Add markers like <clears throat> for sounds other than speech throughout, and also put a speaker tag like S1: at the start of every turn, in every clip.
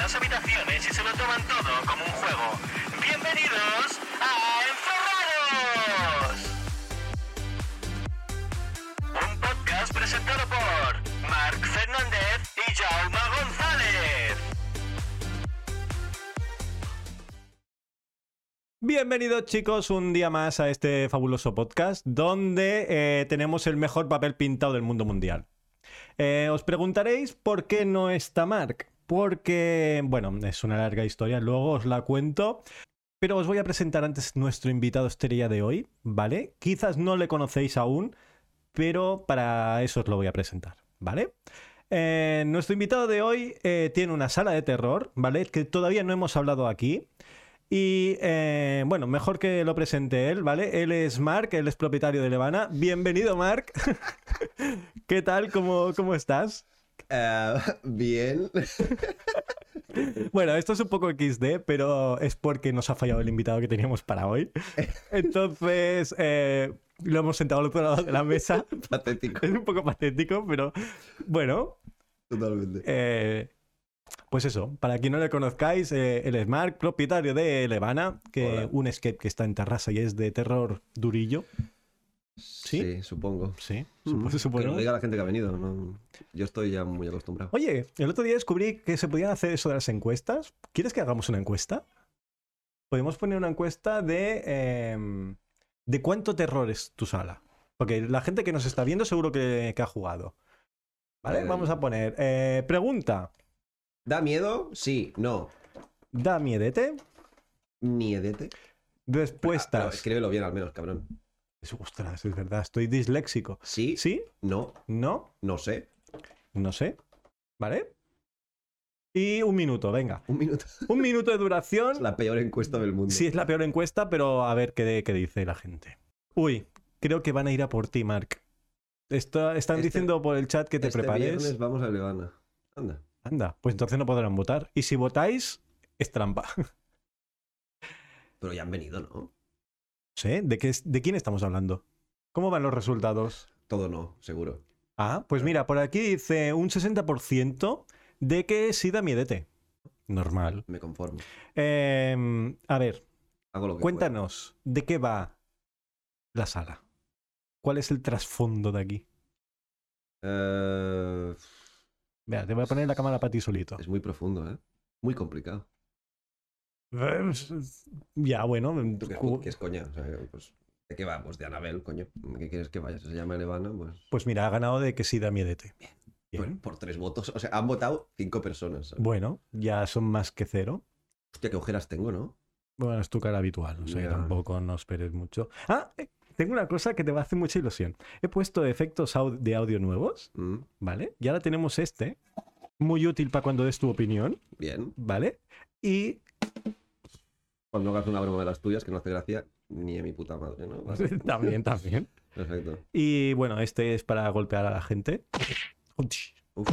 S1: dos habitaciones y se lo toman todo como un juego. Bienvenidos a Enferrados. Un podcast presentado por Marc Fernández y Jaume González.
S2: Bienvenidos chicos un día más a este fabuloso podcast donde eh, tenemos el mejor papel pintado del mundo mundial. Eh, os preguntaréis por qué no está Mark. Porque, bueno, es una larga historia, luego os la cuento. Pero os voy a presentar antes nuestro invitado estrella de hoy, ¿vale? Quizás no le conocéis aún, pero para eso os lo voy a presentar, ¿vale? Eh, nuestro invitado de hoy eh, tiene una sala de terror, ¿vale? Que todavía no hemos hablado aquí. Y eh, bueno, mejor que lo presente él, ¿vale? Él es Mark, él es propietario de Levana. Bienvenido, Mark. <laughs> ¿Qué tal? ¿Cómo, cómo estás?
S3: Eh, <laughs> bien.
S2: Bueno, esto es un poco XD, pero es porque nos ha fallado el invitado que teníamos para hoy. Entonces, eh, lo hemos sentado al otro lado de la mesa.
S3: Patético,
S2: Es un poco patético, pero bueno,
S3: totalmente.
S2: Eh, pues eso, para quien no le conozcáis, eh, él es Mark, propietario de Levana, que
S3: Hola.
S2: un escape que está en terraza y es de terror durillo.
S3: ¿Sí? supongo.
S2: Sí,
S3: Mm,
S2: supongo.
S3: Que
S2: supongo.
S3: lo diga la gente que ha venido. ¿no? Yo estoy ya muy acostumbrado.
S2: Oye, el otro día descubrí que se podían hacer eso de las encuestas. ¿Quieres que hagamos una encuesta? Podemos poner una encuesta de em, de cuánto terror es tu sala. Porque la gente que nos está viendo seguro que, que ha jugado. ¿Vale?
S3: Vale.
S2: Vamos a poner. eh, pregunta.
S3: ¿Da miedo? Sí, no.
S2: ¿Da miedete?
S3: Niedete.
S2: Respuestas.
S3: Pero Ah, escríbelo bien al menos, cabrón.
S2: Es- Ostras, es verdad, estoy disléxico.
S3: Sí,
S2: ¿Sí?
S3: no,
S2: ¿No?
S3: no sé.
S2: No sé. ¿Vale? Y un minuto, venga.
S3: Un minuto.
S2: Un minuto de
S3: Es
S2: duración.
S3: la peor encuesta del mundo.
S2: Sí, es la peor encuesta, pero a ver qué, qué dice la gente. Uy, creo que van a ir a por ti, Mark. Está- están
S3: Este-
S2: diciendo por el chat que te
S3: Este
S2: prepares.
S3: viernes vamos a Levana. Anda.
S2: Anda, pues entonces no podrán votar. Y si votáis, es trampa. <laughs>
S3: Pero ya han venido, ¿no?
S2: ¿Sí? ¿De, qué, es- ¿De quién estamos hablando? ¿Cómo van los resultados?
S3: Todo no, seguro.
S2: Ah, pues mira, por aquí dice un 60% de que sí da miedete. Normal.
S3: Me conformo.
S2: Eh, a ver,
S3: Hago lo que
S2: cuéntanos, ¿de qué va la sala? ¿Cuál es el trasfondo de aquí?
S3: pueda. Eh,
S2: Mira, te voy a poner la cámara para ti solito.
S3: es muy profundo, ¿eh? Muy complicado.
S2: Ya, bueno, mm,
S3: ¿Tú qué,
S2: cu-
S3: qué es coña? O sea, pues, ¿De qué va? Pues de Anabel, coño. ¿De qué quieres que vaya? Si se llama Levana, pues.
S2: pues mira, ha ganado de que sí da miedete.
S3: Bueno,
S2: Bien.
S3: por tres votos. O sea, han votado cinco personas. ¿sabes?
S2: Bueno, ya son más que cero.
S3: Hostia, qué ojeras tengo, ¿no?
S2: Bueno, es tu cara habitual, o sea, que
S3: Ya.
S2: tampoco no esperes mucho. Ah, eh, tengo una cosa que te va a hacer mucha ilusión. He puesto efectos au- de audio nuevos,
S3: Mm,
S2: ¿vale? Y ahora tenemos este, muy útil para cuando des tu opinión,
S3: bien.
S2: ¿vale? Y
S3: Cuando hagas una broma de las tuyas que no hace gracia, ni a mi puta madre, ¿no?
S2: <laughs>
S3: Vale,
S2: también, también.
S3: perfecto.
S2: Y bueno, este es para golpear a la gente.
S3: <laughs>
S2: Uch.
S3: Uf,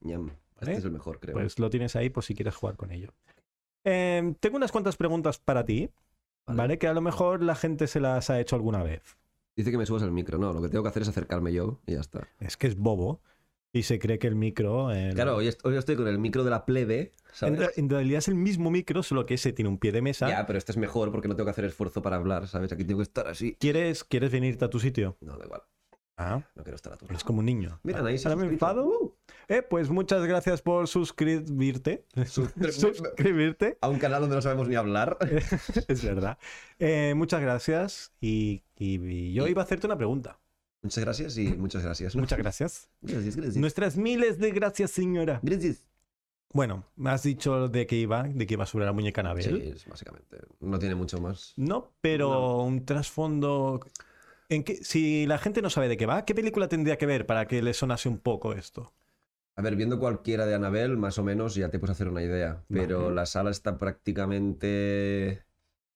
S3: ñam. Este
S2: Vale.
S3: es el mejor, creo.
S2: Pues lo tienes ahí por si quieres jugar con ello. Em, tengo unas cuantas preguntas para ti, ¿vale?
S3: Vale.
S2: Que a lo mejor la gente se las ha hecho alguna vez.
S3: Dice que me subas el micro. No, lo que tengo que hacer es acercarme yo y ya está.
S2: Es que es bobo y se cree que el micro... eh,
S3: Claro, hoy, est- hoy estoy con el micro de la plebe,
S2: en,
S3: ¿sabes?
S2: en realidad es el mismo micro, solo que ese tiene un pie de mesa.
S3: Ya, pero este es mejor porque no tengo que hacer esfuerzo para hablar, ¿sabes? Aquí tengo que estar así.
S2: ¿Quieres, ¿Quieres venirte a tu sitio?
S3: No, da igual.
S2: Ah,
S3: No quiero estar a tu
S2: <laughs>
S3: lado.
S2: eres como un niño.
S3: Mira,
S2: Vale.
S3: ahí se Uh. ha
S2: Ahora me
S3: suscrito.
S2: enfado. Eh, pues muchas gracias por
S3: <laughs>
S2: suscribirte. suscribirte.
S3: A un canal donde no sabemos
S2: <laughs>
S3: ni hablar.
S2: es verdad. Eh, muchas gracias. Y, y- y yo
S3: Y-
S2: iba a hacerte una pregunta.
S3: Muchas gracias y muchas gracias. ¿no?
S2: Muchas gracias.
S3: Gracias, gracias.
S2: Nuestras miles de gracias, señora.
S3: Gracias.
S2: Bueno, me has dicho de que iba, de que iba sobre la muñeca Anabel.
S3: Sí, es básicamente. No tiene mucho más.
S2: No, pero
S3: No.
S2: un trasfondo. ¿En qué- Si la gente no sabe de qué va, ¿qué película tendría que ver para que le sonase un poco esto?
S3: A ver, viendo cualquiera de Anabel, más o menos ya te puedes hacer una idea. Pero
S2: Vale.
S3: la sala está prácticamente.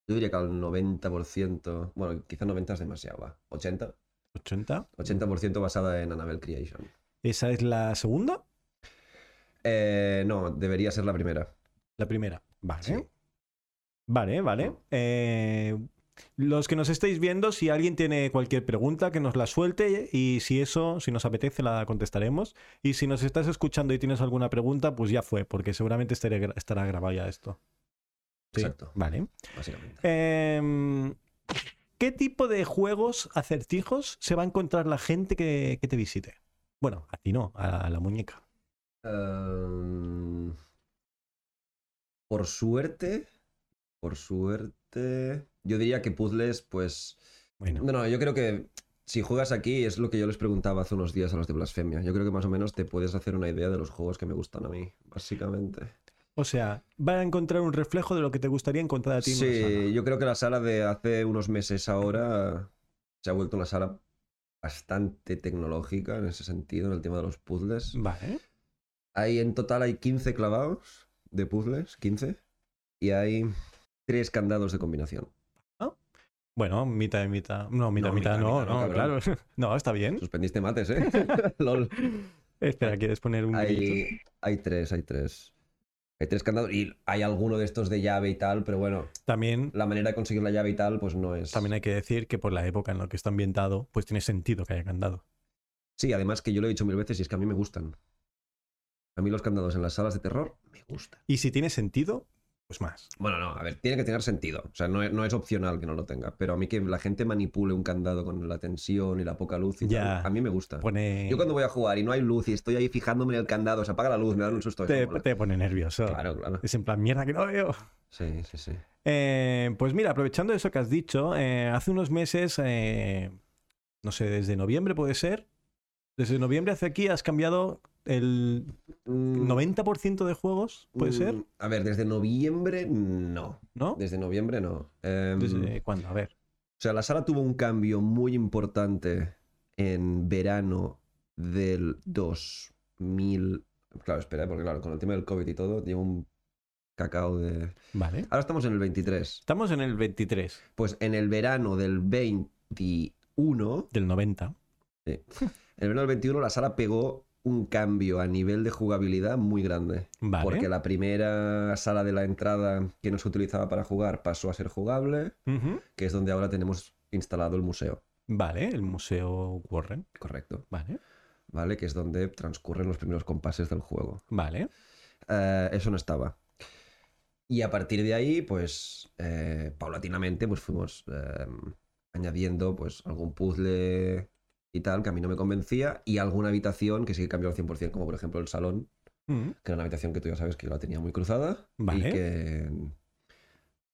S3: Yo diría que al 90%. Bueno, quizá 90 es demasiado, va. 80.
S2: ¿80?
S3: 80% basada en Anabel Creation.
S2: ¿Esa es la segunda?
S3: Eh, no, debería ser la primera.
S2: La primera. Vale.
S3: Sí.
S2: Vale, vale.
S3: Ujú.
S2: Eh, Los que nos estáis viendo, si alguien tiene cualquier pregunta, que nos la suelte y si eso, si nos apetece, la contestaremos. Y si nos estás escuchando y tienes alguna pregunta, pues ya fue, porque seguramente estaré gra- estará grabado ya esto. Sí,
S3: Exacto.
S2: Vale.
S3: básicamente.
S2: Em, ¿Qué tipo de juegos acertijos se va a encontrar la gente que, que te visite? Bueno, a ti no, a la muñeca.
S3: Em, por suerte, por suerte, yo diría que puzzles, pues...
S2: Bueno,
S3: No, no, yo creo que si juegas aquí es lo que yo les preguntaba hace unos días a los de Blasfemia. Yo creo que más o menos te puedes hacer una idea de los juegos que me gustan a mí, básicamente.
S2: o sea, va a encontrar un reflejo de lo que te gustaría encontrar a ti. en una
S3: Sí,
S2: sala.
S3: yo creo que la sala de hace unos meses ahora se ha vuelto una sala bastante tecnológica en ese sentido, en el tema de los puzzles.
S2: Vale.
S3: Hay en total hay 15 clavados de puzzles, 15, y hay tres candados de combinación.
S2: Bueno, mitad y mitad. No, mitad y
S3: No,
S2: mitad,
S3: mitad y
S2: no,
S3: mitad, no,
S2: no, claro. <laughs>
S3: cabrón.
S2: No, está bien.
S3: Suspendiste mates,
S2: <laughs>
S3: ¿eh? Lol.
S2: Espera, ¿quieres poner un grillito?
S3: Hay, hay tres, hay tres. Hay tres candados y hay alguno de estos de llave y tal, pero bueno,
S2: También,
S3: la manera de conseguir la llave y tal, pues no es.
S2: también hay que decir que por la época en la que está ambientado, pues tiene sentido que haya candado.
S3: Sí, además que yo lo he dicho mil veces y es que a mí me gustan. A mí los candados en las salas de terror me gustan.
S2: Y si tiene sentido, pues más.
S3: Bueno, no, a ver, tiene que tener sentido. O sea, no es, no es opcional que no lo tenga. Pero a mí que la gente manipule un candado con la tensión y la poca luz y
S2: Ya.
S3: tal, a mí me gusta.
S2: Pone...
S3: Yo cuando voy a jugar y no hay luz y estoy ahí fijándome en el candado, se apaga la luz, me dan un susto. eso
S2: te,
S3: mola.
S2: te pone nervioso.
S3: Claro, claro.
S2: Es en plan, mierda que no veo.
S3: Sí, sí, sí.
S2: Eh, pues mira, aprovechando eso que has dicho, eh, hace unos meses, eh, no sé, desde noviembre puede ser, desde noviembre hacia aquí has cambiado el
S3: Mm,
S2: 90% de juegos, puede ser,
S3: mm, A ver, desde noviembre no.
S2: ¿no?
S3: Desde noviembre no. Em,
S2: ¿Desde cuándo? A ver.
S3: O sea, la sala tuvo un cambio muy importante en verano del 2000. Claro, espera, porque claro, con el tema del COVID y todo, llevo un cacao de...
S2: Vale.
S3: Ahora estamos en el 23.
S2: Estamos en el 23
S3: Pues en el verano del 21,
S2: del 90.
S3: en el verano del 21 la sala pegó un cambio a nivel de jugabilidad muy grande.
S2: Vale.
S3: Porque la primera sala de la entrada que no se utilizaba para jugar pasó a ser jugable,
S2: Ujú.
S3: que es donde ahora tenemos instalado el museo.
S2: Vale, el Museo Warren.
S3: Correcto.
S2: Vale.
S3: ¿vale? Que es donde transcurren los primeros compases del juego.
S2: Vale.
S3: Eh, eso no estaba. Y a partir de ahí, pues, eh, paulatinamente, pues fuimos eh, añadiendo, pues, algún puzzle y tal, que a mí no me convencía, y alguna habitación que sí que cambió al 100%, como por ejemplo el salón,
S2: Mm.
S3: que era una habitación que tú ya sabes que yo la tenía muy cruzada,
S2: Vale.
S3: y que,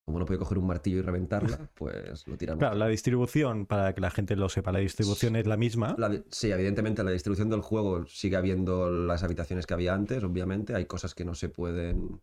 S3: como no podía coger un martillo y
S2: <laughs>
S3: reventarla, pues lo tiramos.
S2: Claro, la distribución, para que la gente lo sepa, la distribución es la misma.
S3: La di- sí, evidentemente la distribución del juego sigue habiendo las habitaciones que había antes, obviamente. Hay cosas que no se pueden.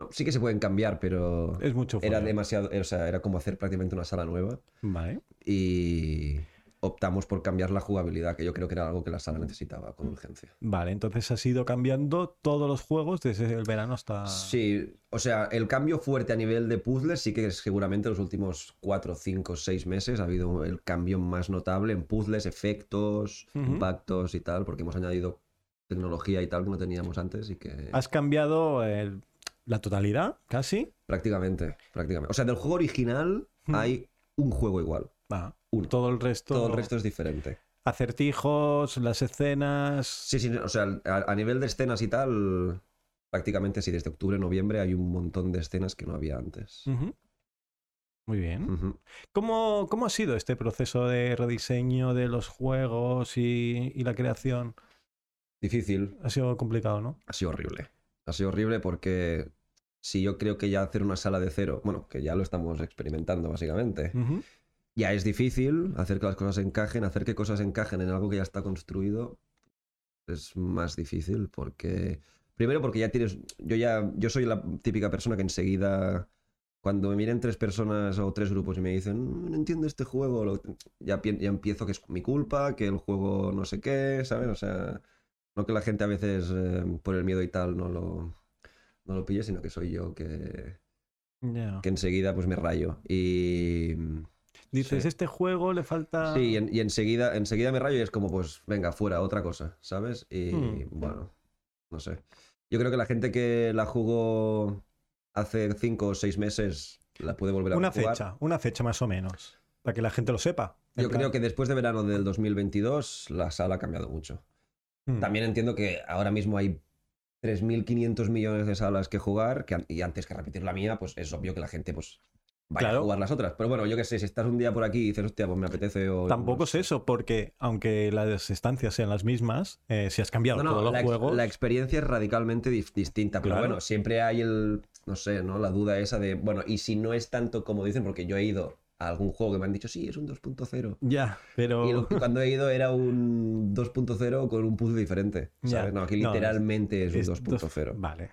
S3: no, sí que se pueden cambiar, pero
S2: Es mucho
S3: era
S2: follón.
S3: demasiado. eh, O sea, era como hacer prácticamente una sala nueva.
S2: Vale.
S3: Y optamos por cambiar la jugabilidad, que yo creo que era algo que la sala necesitaba
S2: Mm.
S3: con urgencia.
S2: Vale, entonces has ido cambiando todos los juegos desde el verano hasta.
S3: Sí, o sea, el cambio fuerte a nivel de puzzles sí que es seguramente los últimos 4, 5, 6 meses ha habido el cambio más notable en puzzles, efectos,
S2: Ujú.
S3: impactos y tal, porque hemos añadido tecnología y tal que no teníamos antes y que
S2: Has cambiado el- la totalidad, casi.
S3: prácticamente, prácticamente. O sea, del juego original
S2: Hmm.
S3: hay un juego igual,
S2: Va.
S3: uno. Todo,
S2: Todo el resto.
S3: el resto es diferente.
S2: Acertijos, las escenas.
S3: Sí, sí, o sea, a, a nivel de escenas y tal, prácticamente sí, desde octubre, noviembre hay un montón de escenas que no había antes.
S2: Ujú. Muy bien.
S3: Ujú.
S2: ¿Cómo, ¿Cómo ha sido este proceso de rediseño de los juegos y, y la creación?
S3: Difícil,
S2: Ha sido complicado, ¿no?
S3: ha sido horrible. Ha sido horrible porque si yo creo que ya hacer una sala de cero, bueno, que ya lo estamos experimentando básicamente,
S2: Ujú.
S3: ya es difícil hacer que las cosas encajen, hacer que cosas encajen en algo que ya está construido es más difícil porque primero porque ya tienes yo ya yo soy la típica persona que enseguida cuando me miren tres personas o tres grupos y me dicen "Mm, no entiendo este juego lo- ya, pien- ya empiezo que es mi culpa que el juego no sé qué sabes o sea no que la gente a veces eh, por el miedo y tal no lo no lo pille sino que soy yo que,
S2: Ya.
S3: que enseguida pues me rayo y
S2: Dices,
S3: sí.
S2: este juego le falta.
S3: Sí, y, en- y enseguida, enseguida me rayo y es como, pues, venga, fuera, otra cosa, ¿sabes? Y
S2: Hmm.
S3: bueno, no sé. Yo creo que la gente que la jugó hace cinco o seis meses la puede volver a
S2: Una
S3: jugar.
S2: fecha, una fecha más o menos, para que la gente lo sepa. En
S3: Yo
S2: plan,
S3: creo que después de verano del 2022 la sala ha cambiado mucho.
S2: mm,
S3: También entiendo que ahora mismo hay 3.500 millones de salas que jugar que an- y antes que repetir la mía, pues es obvio que la gente pues vaya
S2: Claro.
S3: a jugar las otras. Pero bueno, yo qué sé, si estás un día por aquí y dices, hostia, pues me apetece o...
S2: Tampoco es eso, porque aunque las estancias sean las mismas, eh, si has cambiado
S3: No, no,
S2: todos
S3: la,
S2: los
S3: ex-
S2: juegos,
S3: la experiencia es radicalmente dif- distinta, pero
S2: Claro.
S3: bueno, siempre hay el, no sé, ¿no? La duda esa de, bueno, y si no es tanto como dicen, porque yo he ido a algún juego que me han dicho, sí, es un 2.0.
S2: ya, pero...
S3: Y el- cuando he ido era un 2.0 con un puzzle diferente.
S2: Ya.
S3: ¿sabes? No, aquí
S2: No, es-
S3: literalmente es,
S2: es dos-
S3: un 2.0.
S2: Vale.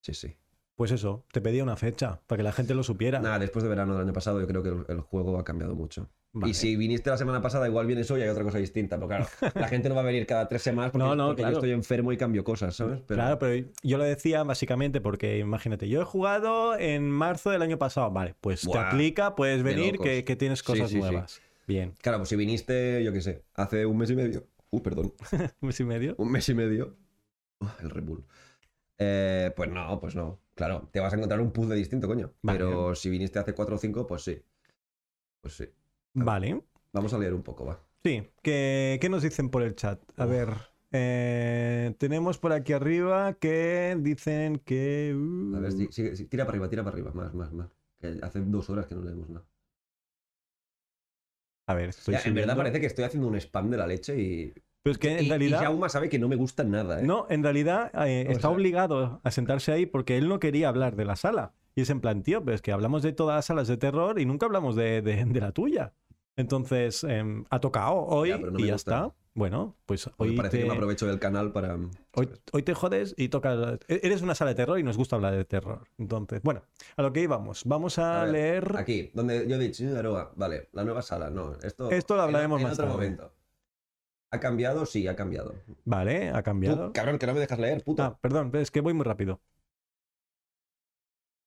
S3: Sí, sí.
S2: Pues eso, te pedía una fecha, para que la gente lo supiera.
S3: Nada, después de verano del año pasado, yo creo que el, el juego ha cambiado mucho.
S2: Vale.
S3: Y si viniste la semana pasada, igual vienes hoy y hay otra cosa distinta.
S2: <laughs>
S3: Pero claro, la gente no va a venir cada tres semanas porque,
S2: No, no,
S3: porque
S2: claro.
S3: yo estoy enfermo y cambio cosas, ¿sabes? Pero-
S2: Claro, pero yo lo decía básicamente porque, imagínate, yo he jugado en marzo del año pasado. Vale, pues te
S3: Buah,
S2: aplica, puedes
S3: de
S2: venir, que,
S3: locos.
S2: que tienes
S3: Sí,
S2: cosas
S3: sí, sí.
S2: nuevas.
S3: <laughs>
S2: Bien,
S3: Claro, pues si viniste, yo qué sé, hace un mes y medio. Uh, perdón. <laughs>
S2: un mes y medio.
S3: Un mes y medio. Uf, el Red Bull. Eh, pues no, pues no. Claro, te vas a encontrar un puzzle distinto, coño.
S2: Vale.
S3: Pero si viniste hace 4 o 5, pues sí. Pues sí.
S2: Vale.
S3: Vamos a leer un poco, va.
S2: Sí, ¿qué, qué nos dicen por el chat? A
S3: Uf.
S2: ver, eh, tenemos por aquí arriba que dicen que... uh,
S3: A ver, si- sigue- si- tira para arriba, tira para arriba. Más, más, más. Que hace dos horas que no leemos nada.
S2: a ver, estoy
S3: Ya, en verdad
S2: subiendo.
S3: parece que estoy haciendo un spam de la leche y.
S2: Pero es que en
S3: y- y
S2: realidad...
S3: Jaume sabe que no me gusta nada, ¿eh?
S2: No, en realidad eh,
S3: O
S2: está
S3: sea-
S2: obligado a sentarse ahí porque él no quería hablar de la sala. Y es en plan, tío, pero es que hablamos de todas las salas de terror y nunca hablamos de, de- de la tuya. Entonces, em, ha tocado hoy
S3: Ya, pero no
S2: y
S3: me
S2: ya
S3: gusta.
S2: está. Bueno, pues
S3: Porque
S2: hoy
S3: parece
S2: te,
S3: que me aprovecho del canal para.
S2: hoy, hoy te jodes y toca... e- Eres una sala de terror y nos gusta hablar de terror. Entonces, bueno, a lo que íbamos. Vamos a,
S3: A ver,
S2: leer...
S3: Aquí, donde yo he dicho, "Eh, Aroa, vale, la nueva sala, no. Esto,
S2: Esto lo
S3: en-
S2: hablaremos
S3: en
S2: más
S3: otro
S2: tarde.
S3: momento. ¿Ha cambiado? Sí, ha cambiado.
S2: Vale, ha cambiado.
S3: Tú, cabrón, que no me dejas leer, puto.
S2: Ah, perdón, es que voy muy rápido.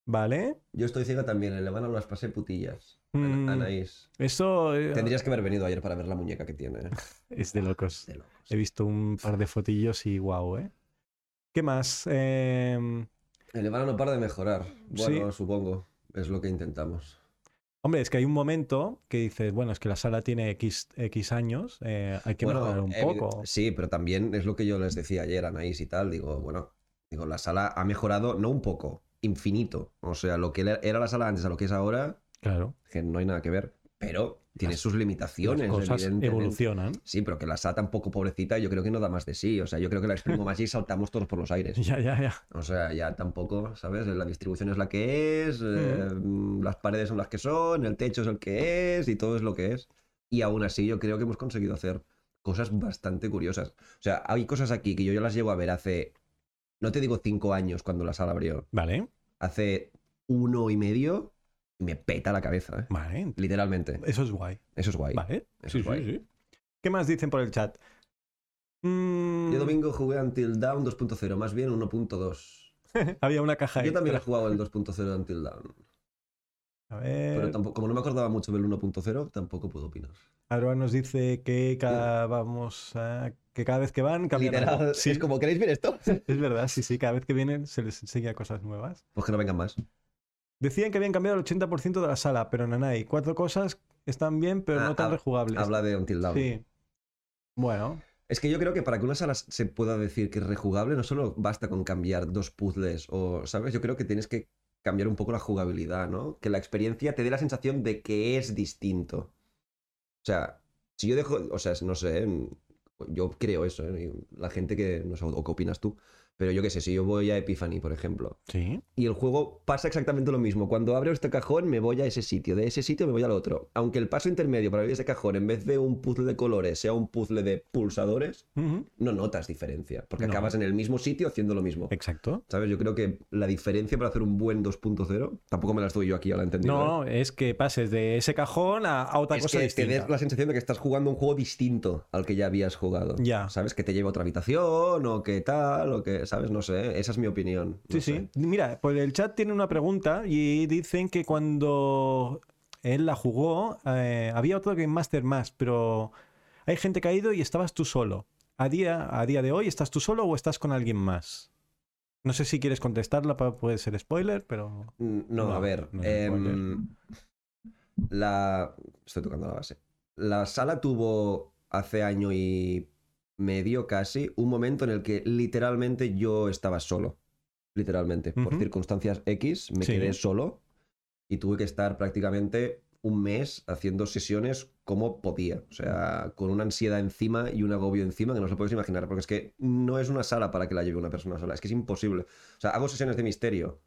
S2: Vale.
S3: Yo estoy ciega también, en Levana las pasé putillas. Ana-
S2: Mm.
S3: Anaís.
S2: Eso eh,
S3: Tendrías que haber venido ayer para ver la muñeca que tiene. ¿eh?
S2: es Ah, de locos.
S3: De locos.
S2: He visto un par de fotillos y guau, ¿eh? ¿Qué más? Eh,
S3: El Levana no para de mejorar. Bueno,
S2: Sí.
S3: supongo. Es lo que intentamos.
S2: hombre, es que hay un momento que dices, bueno, es que la sala tiene X, X años, eh, hay que
S3: Bueno,
S2: mejorar un
S3: evidente-
S2: poco.
S3: Sí, pero también es lo que yo les decía ayer a Anaís y tal. Digo, bueno, digo, la sala ha mejorado no un poco, infinito. O sea, lo que era la sala antes a lo que es ahora,
S2: Claro,
S3: que no hay nada que ver, pero tiene sus
S2: las
S3: limitaciones,
S2: cosas
S3: evidentemente.
S2: evolucionan.
S3: Sí, pero que la SA tampoco pobrecita, yo creo que no da más de sí. O sea, yo creo que la exprimimos más y saltamos todos por los aires.
S2: <laughs> Ya, ya, ya.
S3: O sea, ya tampoco, ¿sabes? La distribución es la que es,
S2: Mm.
S3: eh, las paredes son las que son, el techo es el que es y todo es lo que es. Y aún así yo creo que hemos conseguido hacer cosas bastante curiosas. O sea, hay cosas aquí que yo ya las llevo a ver hace, no te digo cinco años cuando la sala abrió,
S2: Vale,
S3: hace uno y medio y me peta la cabeza, ¿eh?
S2: vale.
S3: Literalmente.
S2: Eso es guay.
S3: Eso es guay.
S2: Vale. Sí,
S3: Eso
S2: sí,
S3: es guay.
S2: sí. ¿Qué más dicen por el chat? Mm,
S3: Yo domingo jugué Until Dawn 2.0, más bien 1.2.
S2: Había una caja
S3: Yo también he
S2: extra.
S3: jugado el 2.0 de Until Dawn,
S2: Eh. A ver,
S3: pero tampoco, como no me acordaba mucho del 1.0, tampoco puedo opinar.
S2: Aroa nos dice que cada, vamos a- que cada vez que van cambian algo.
S3: Literal,
S2: Sí,
S3: es como, ¿queréis ver esto?
S2: es verdad, sí, sí, cada vez que vienen se les enseña cosas nuevas.
S3: Pues que no vengan más.
S2: Decían que habían cambiado el 80% de la sala, pero Nanay, cuatro cosas están bien, pero
S3: Ah,
S2: no tan
S3: hab-
S2: rejugables.
S3: Habla de Until Dawn.
S2: Sí. Bueno,
S3: Es que yo creo que para que una sala se pueda decir que es rejugable, no solo basta con cambiar dos puzzles o, ¿sabes? Yo creo que tienes que cambiar un poco la jugabilidad, ¿no? Que la experiencia te dé la sensación de que es distinto. O sea, si yo dejo, o sea, no sé, ¿eh? yo creo eso, ¿eh? la gente que, no sé, o qué opinas tú, pero yo qué sé, si yo voy a Epiphany, por ejemplo,
S2: sí.
S3: y el juego pasa exactamente lo mismo. Cuando abro este cajón me voy a ese sitio, de ese sitio me voy al otro. Aunque el paso intermedio para abrir ese cajón en vez de un puzzle de colores sea un puzzle de pulsadores,
S2: Ujú.
S3: no notas diferencia, porque
S2: No.
S3: acabas en el mismo sitio haciendo lo mismo.
S2: Exacto.
S3: ¿Sabes? Yo creo que la diferencia para hacer un buen 2.0, tampoco me la estoy yo aquí ahora entendiendo. ¿eh?
S2: No, es que pases de ese cajón a, a otra
S3: Es
S2: cosa
S3: que te
S2: distinta.
S3: des la sensación de que estás jugando un juego distinto al que ya habías jugado.
S2: Ya.
S3: ¿Sabes? Que te lleva a otra habitación o que tal, o que, ¿sabes? No sé, esa es mi opinión. no
S2: Sí, sí.
S3: sé.
S2: Mira, por el chat tiene una pregunta y dicen que cuando él la jugó, eh, había otro Game Master más, pero hay gente que ha ido y estabas tú solo. A día, a día de hoy, ¿estás tú solo o estás con alguien más? No sé si quieres contestarla, pa- puede ser spoiler, pero.
S3: Mm, No,
S2: No,
S3: a ver.
S2: no se puede leer.
S3: em, la. Estoy tocando la base. La sala tuvo hace año y medio casi un momento en el que literalmente yo estaba solo. Literalmente. Por
S2: Ujú.
S3: circunstancias X me
S2: Sí.
S3: quedé solo y tuve que estar prácticamente un mes haciendo sesiones como podía. O sea, con una ansiedad encima y un agobio encima que no os lo podéis imaginar. Porque es que no es una sala para que la lleve una persona sola. Es que es imposible. O sea, hago sesiones de misterio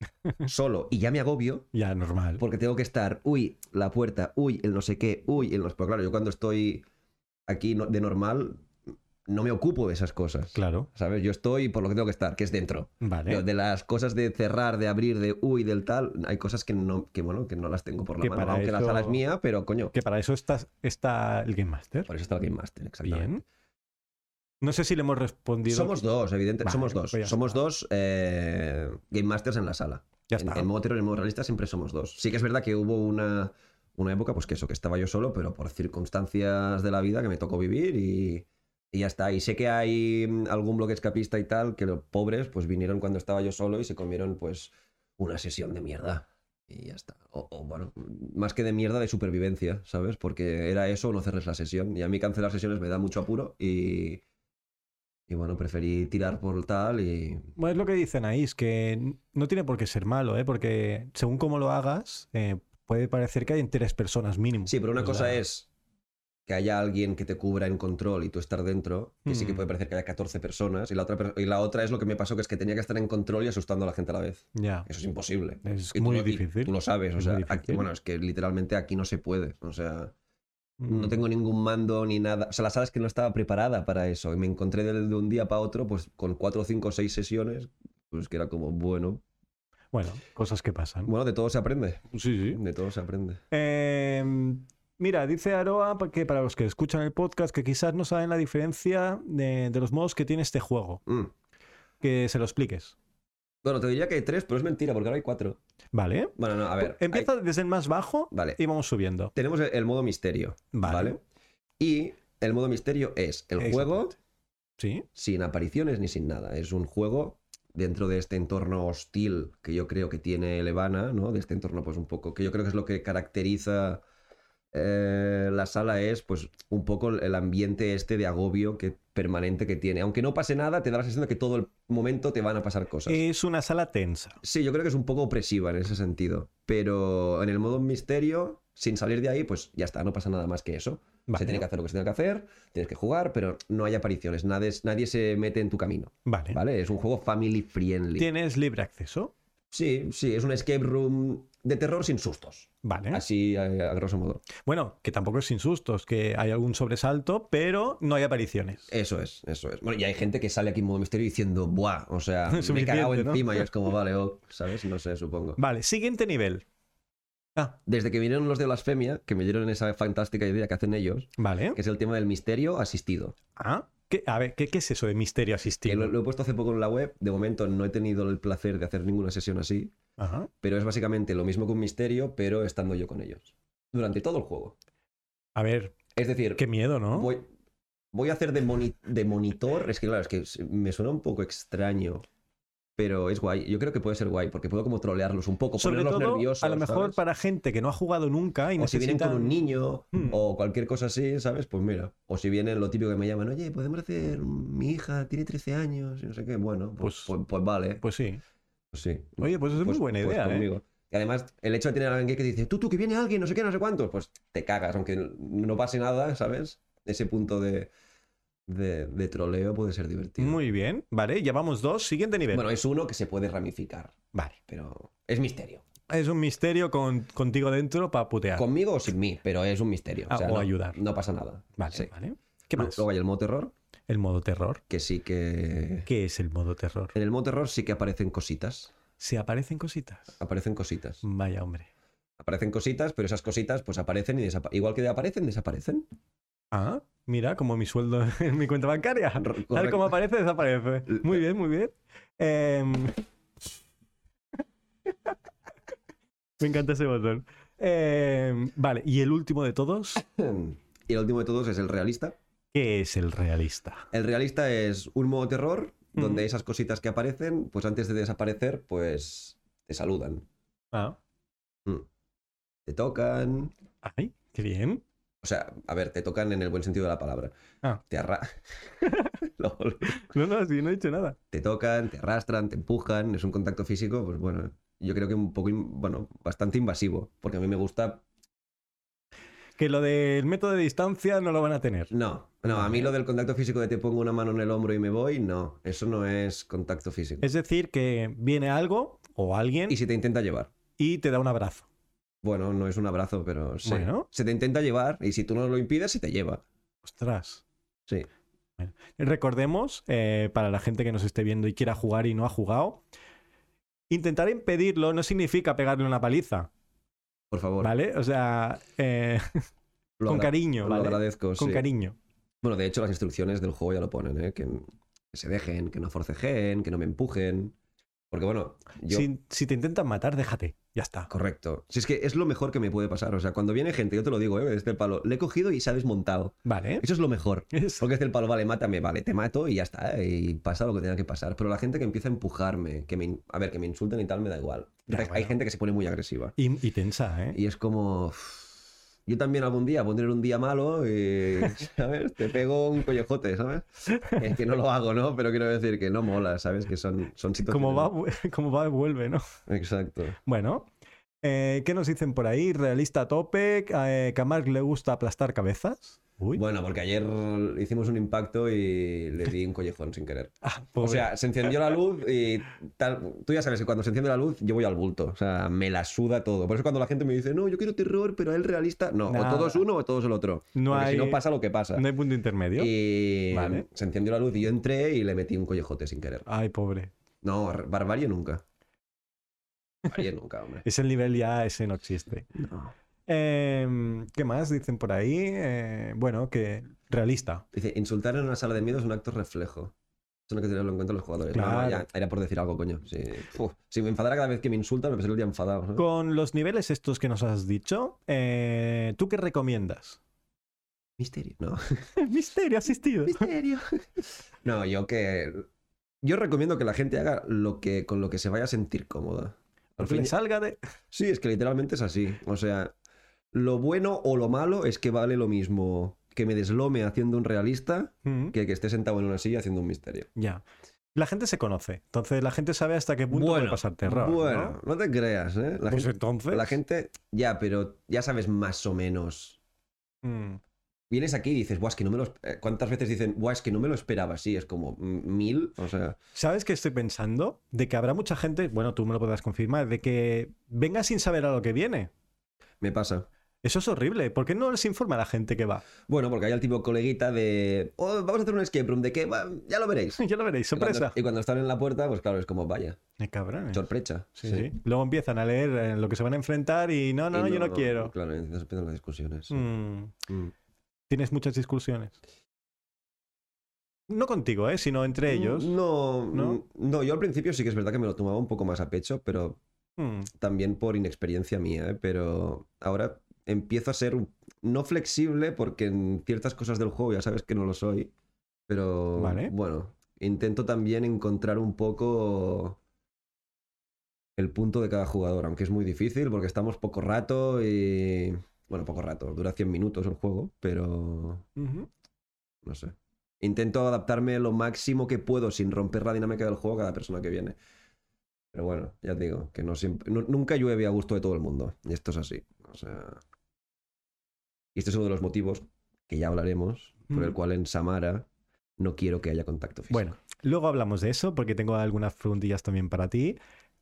S2: <laughs>
S3: solo y ya me agobio
S2: Ya, normal.
S3: porque tengo que estar, uy, la puerta, uy, el no sé qué, uy, el no sé Pero claro, yo cuando estoy aquí no- de normal no me ocupo de esas cosas.
S2: Claro.
S3: ¿Sabes? Yo estoy por lo que tengo que estar, que es dentro.
S2: Vale.
S3: Yo de las cosas de cerrar, de abrir, de uy, del tal, hay cosas que no, que bueno, que no las tengo por la
S2: Que
S3: mano.
S2: para
S3: Aunque la sala es
S2: eso-
S3: mía, pero coño.
S2: Que para eso está, está el Game Master.
S3: Por eso está el Game Master, exactamente.
S2: Bien. No sé si le hemos respondido.
S3: Somos dos, evidentemente.
S2: Vale,
S3: somos dos.
S2: pues ya
S3: somos
S2: está.
S3: dos eh, Game Masters en la sala.
S2: Ya
S3: en,
S2: está.
S3: en modo terror y en modo realista siempre somos dos. Sí que es verdad que hubo una, una época, pues que eso, que estaba yo solo, pero por circunstancias de la vida que me tocó vivir y, y ya está. Y sé que hay mm, algún bloque escapista y tal, que los pobres pues vinieron cuando estaba yo solo y se comieron pues una sesión de mierda. Y ya está. O, o, bueno, más que de mierda de supervivencia, ¿sabes? Porque era eso o no cerres la sesión. Y a mí cancelar sesiones me da mucho apuro y... Y bueno, preferí tirar por tal y...
S2: Bueno, es lo que dicen ahí, es que n- no tiene por qué ser malo, ¿eh? porque según cómo lo hagas, eh, puede parecer que hay en tres personas mínimo.
S3: Sí, pero una
S2: O
S3: cosa
S2: sea,
S3: es que haya alguien que te cubra en control y tú estar dentro, que sí que
S2: Hmm.
S3: puede parecer que haya 14 personas, y la, otra, per- y la otra es lo que me pasó, que es que tenía que estar en control y asustando a la gente a la vez.
S2: Ya.
S3: Eso es imposible.
S2: Es
S3: Y tú
S2: muy
S3: lo- y
S2: difícil.
S3: Tú lo sabes, o
S2: Es
S3: sea,
S2: muy
S3: aquí-
S2: difícil.
S3: bueno, es que literalmente aquí no se puede, o sea, no
S2: Mm.
S3: tengo ningún mando ni nada, o sea, la sala es que no estaba preparada para eso, y me encontré de, de un día para otro, pues con 4, 5, 6 sesiones, pues que era como, bueno,
S2: Bueno, cosas que pasan.
S3: bueno, de todo se aprende,
S2: sí, sí.
S3: de todo se aprende.
S2: Eh, mira, dice Aroa pa- que para los que escuchan el podcast que quizás no saben la diferencia de, de los modos que tiene este juego,
S3: Mm.
S2: que se lo expliques.
S3: Bueno, te diría que hay 3, pero es mentira, porque ahora hay 4.
S2: ¿Vale?
S3: Bueno, no, a ver. hay-
S2: Pues Empieza desde el más bajo
S3: Vale.
S2: y vamos subiendo.
S3: Tenemos el, el modo misterio.
S2: Vale.
S3: Vale. Y el modo misterio es el juego
S2: Exactamente. Sí,
S3: sin apariciones ni sin nada. Es un juego dentro de este entorno hostil que yo creo que tiene Levana, ¿no? De este entorno, pues un poco. Que yo creo que es lo que caracteriza. eh, la sala es pues un poco el- el ambiente este de agobio que permanente que tiene. Aunque no pase nada, te da la sensación de que todo el momento te van a pasar cosas.
S2: es una sala tensa.
S3: Sí, yo creo que es un poco opresiva en ese sentido. Pero en el modo misterio, sin salir de ahí, pues ya está, no pasa nada más que eso.
S2: Vale.
S3: Se tiene que hacer lo que se tiene que hacer, tienes que jugar, pero no hay apariciones, nadie, es- nadie se mete en tu camino,
S2: Vale.
S3: ¿vale? Es un juego family friendly.
S2: Tienes libre acceso.
S3: Sí, sí, es un escape room de terror sin sustos,
S2: Vale.
S3: así a, a grosso modo.
S2: Bueno, que tampoco es sin sustos, que hay algún sobresalto, pero no hay apariciones.
S3: Eso es, eso es. Bueno, y hay gente que sale aquí en modo misterio diciendo, buah,
S2: <laughs>
S3: o sea, me he
S2: Suficiente,
S3: cagado
S2: ¿no?
S3: encima y es como, vale, oh, ¿sabes? No
S2: <laughs>
S3: sé, supongo.
S2: Vale, siguiente nivel. Ah,
S3: Desde que vinieron los de Blasfemia, que me dieron esa fantástica idea que hacen ellos,
S2: vale.
S3: que es el tema del misterio asistido.
S2: Ah, ¿qué- a ver, ¿qué, qué es eso de misterio
S3: Que
S2: asistido?
S3: lo, lo he puesto hace poco en la web, de momento no he tenido el placer de hacer ninguna sesión así,
S2: Ajá.
S3: pero es básicamente lo mismo que un misterio, pero estando yo con ellos. Durante todo el juego.
S2: A ver,
S3: Es decir,
S2: qué miedo, ¿no?
S3: voy, voy a hacer de, moni- de monitor, es que claro, es que s- me suena un poco extraño, pero es guay. Yo creo que puede ser guay, porque puedo como trolearlos un poco,
S2: Sobre
S3: ponerlos
S2: todo,
S3: nerviosos.
S2: a lo mejor
S3: ¿sabes?
S2: para gente que no ha jugado nunca y
S3: O si vienen
S2: necesita...
S3: con un niño
S2: Hmm. <laughs>
S3: o cualquier cosa así, ¿sabes? Pues mira. O si vienen lo típico que me llaman, oye, podemos hacer. Mi hija tiene 13 años y no sé qué. Bueno, pues,
S2: Pues-
S3: pues, pues vale.
S2: Pues
S3: Pues,
S2: sí.
S3: sí.
S2: Oye, pues es muy buena idea, ¿eh?
S3: conmigo. Y además, el hecho de tener a alguien que te dice, tú, tú, que viene alguien, no sé qué, no sé cuántos, pues te cagas, aunque no pase nada, ¿sabes? Ese punto de, de, de troleo puede ser divertido.
S2: Muy bien. Vale, ya vamos dos. Siguiente nivel.
S3: Bueno, es uno que se puede ramificar,
S2: vale.
S3: pero es misterio.
S2: Es un misterio con, contigo dentro para putear.
S3: Conmigo o sin mí, pero es un misterio.
S2: Ah,
S3: o sea,
S2: o
S3: no,
S2: ayudar.
S3: No pasa nada.
S2: Vale,
S3: Sí.
S2: vale. ¿Qué más?
S3: Luego hay el modo terror,
S2: El modo terror.
S3: que sí que.
S2: ¿Qué es el modo terror?
S3: En el modo terror sí que aparecen cositas.
S2: ¿Se aparecen cositas?
S3: Aparecen cositas.
S2: Vaya hombre.
S3: Aparecen cositas, pero esas cositas pues aparecen y desaparecen. Igual que aparecen, desaparecen. <laughs>
S2: Ah, mira, como mi sueldo <laughs> en mi cuenta bancaria.
S3: R-
S2: Tal como
S3: correcto.
S2: aparece, desaparece. Muy bien, muy bien. Em, <laughs> Me encanta ese botón. Em, vale, y el último de todos,
S3: Y el último de todos es el realista.
S2: que es el realista.
S3: El realista es un modo terror donde esas cositas que aparecen, pues antes de desaparecer, pues te saludan,
S2: Ah.
S3: te tocan,
S2: Ay, qué bien.
S3: o sea, a ver, te tocan en el buen sentido de la palabra.
S2: Ah.
S3: Te arra... <laughs> Lol.
S2: No, no, sí, no he dicho nada.
S3: te tocan, te arrastran, te empujan, es un contacto físico, pues bueno, yo creo que un poco, in- bueno, bastante invasivo, porque a mí me gusta...
S2: Que lo del método de distancia no lo van a tener.
S3: No, no, a mí lo del contacto físico de te pongo una mano en el hombro y me voy, no, eso no es contacto físico.
S2: Es decir, que viene algo o alguien
S3: Y si te intenta llevar.
S2: y te da un abrazo.
S3: Bueno, no es un abrazo, pero sí.
S2: Bueno.
S3: se te intenta llevar y si tú no lo impides, se te lleva.
S2: Ostras.
S3: Sí.
S2: Bueno, recordemos, eh, para la gente que nos esté viendo y quiera jugar y no ha jugado, intentar impedirlo no significa pegarle una paliza,
S3: Por favor.
S2: ¿vale? O sea, eh,
S3: lo
S2: con
S3: agra-
S2: cariño,
S3: Lo
S2: ¿vale?
S3: agradezco,
S2: Con
S3: sí.
S2: cariño.
S3: Bueno, de hecho, las instrucciones del juego ya lo ponen, ¿eh? Que, que se dejen, que no forcejeen, que no me empujen. Porque bueno, yo...
S2: Si, si te intentan matar, déjate. Ya está.
S3: Correcto. Si es que es lo mejor que me puede pasar. O sea, cuando viene gente, yo te lo digo, ¿eh? Desde el palo, le he cogido y se ha desmontado.
S2: Vale.
S3: Eso es lo mejor.
S2: Es-
S3: Porque desde el palo, vale, mátame, vale, te mato y ya está. ¿eh? Y pasa lo que tenga que pasar. Pero la gente que empieza a empujarme, que me, in- a ver, que me insulten y tal, me da igual.
S2: Ya,
S3: Hay- Hay
S2: bueno.
S3: gente que se pone muy agresiva.
S2: Y, y tensa, ¿eh?
S3: Y es como. uff, Yo también algún día pondré un día malo y. ¿Sabes? Te pego un collejote, ¿sabes? Es que no lo hago, ¿no? Pero quiero decir que no mola, ¿sabes? Que son, son situaciones.
S2: Como va, <laughs> vu- como va, vuelve, ¿no?
S3: Exacto.
S2: Bueno, eh, ¿qué nos dicen por ahí? Realista a tope, eh, que a Mark le gusta aplastar cabezas. Uy.
S3: Bueno, porque ayer hicimos un impacto y le di un collejón sin querer.
S2: Ah,
S3: O
S2: pobre.
S3: sea, se encendió la luz y tal. Tú ya sabes que cuando se enciende la luz, yo voy al bulto. O sea, me la suda todo. Por eso cuando la gente me dice, no, yo quiero terror, pero él realista. No,
S2: Nada.
S3: o todo es uno o todo es el otro.
S2: No
S3: Porque si
S2: hay-
S3: no pasa lo que pasa.
S2: no hay punto intermedio.
S3: Y
S2: Vale.
S3: se encendió la luz y yo entré y le metí un collejote sin querer.
S2: Ay, pobre.
S3: No, ar- barbarie nunca.
S2: <laughs>
S3: Barbarie nunca, hombre.
S2: Ese nivel ya, ese no existe.
S3: No.
S2: Em, ¿Qué más dicen por ahí? Eh, bueno, que realista.
S3: Dice, insultar en una sala de miedo es un acto reflejo. Eso no hay que tenerlo en cuenta los jugadores. No, no,
S2: Claro.
S3: ya, era por decir algo, coño. Sí. Uf, si me enfadara cada vez que me insultan, me pasaría el día enfadado. ¿no?
S2: Con los niveles estos que nos has dicho, eh, ¿tú qué
S3: <laughs>
S2: recomiendas?
S3: Misterio. No.
S2: Misterio asistido.
S3: Misterio. <laughs> no, yo que. Yo recomiendo que la gente haga lo que, con lo que se vaya a sentir cómoda.
S2: Lo que le salga de.
S3: Sí, es que literalmente es así. O sea, lo bueno o lo malo es que vale lo mismo que me deslome haciendo un realista
S2: Mm,
S3: que que esté sentado en una silla haciendo un misterio.
S2: Ya. La gente se conoce, entonces la gente sabe hasta qué punto puede pasar terror. ¿no?
S3: bueno, ¿no? te creas, ¿eh? La,
S2: pues
S3: gente,
S2: entonces.
S3: la gente, ya, pero ya sabes más o menos.
S2: Mm,
S3: Vienes aquí y dices, buah, es que no me lo... esp- eh, ¿Cuántas veces dicen, buah, es que no me lo esperaba? Sí, es como mm, mil, o sea...
S2: ¿Sabes qué estoy pensando? De que habrá mucha gente, bueno, tú me lo podrás confirmar, de que venga sin saber a lo que viene.
S3: Me pasa.
S2: Eso es horrible. ¿Por qué no les informa a la gente que va?
S3: Bueno, porque hay el tipo coleguita de... Oh, vamos a hacer un escape room, ¿de qué? Bah, ya
S2: <laughs>
S3: lo veréis.
S2: Ya lo veréis,
S3: Y cuando-
S2: sorpresa.
S3: y cuando están en la puerta, pues claro, es como, vaya,
S2: Eh, cabrones.
S3: sorpresa.
S2: Sí, sí. Luego empiezan a leer eh, lo que se van a enfrentar y no,
S3: Y
S2: no, yo no, quiero.
S3: Claro, entonces empiezan las discusiones. sí.
S2: Mm,
S3: Mm.
S2: Tienes muchas discusiones. No contigo, ¿eh? sino entre ellos.
S3: No,
S2: ¿no?
S3: no, no, yo al principio sí que es verdad que me lo tomaba un poco más a pecho, pero
S2: Mm,
S3: también por inexperiencia mía, ¿eh? pero ahora empiezo a ser un- no flexible porque en ciertas cosas del juego ya sabes que no lo soy, pero
S2: Vale.
S3: bueno, intento también encontrar un poco el punto de cada jugador, aunque es muy difícil porque estamos poco rato y... Bueno, poco rato, dura 100 minutos el juego, pero
S2: ujú.
S3: no sé. Intento adaptarme lo máximo que puedo sin romper la dinámica del juego a cada persona que viene. Pero bueno, ya te digo, que no siempre, nu- nunca llueve a gusto de todo el mundo. Y esto es así. O sea. Y este es uno de los motivos que ya hablaremos, por el
S2: Ujú.
S3: cual en Samara no quiero que haya contacto físico.
S2: Mm. Bueno, luego hablamos de eso porque tengo algunas preguntillas también para ti.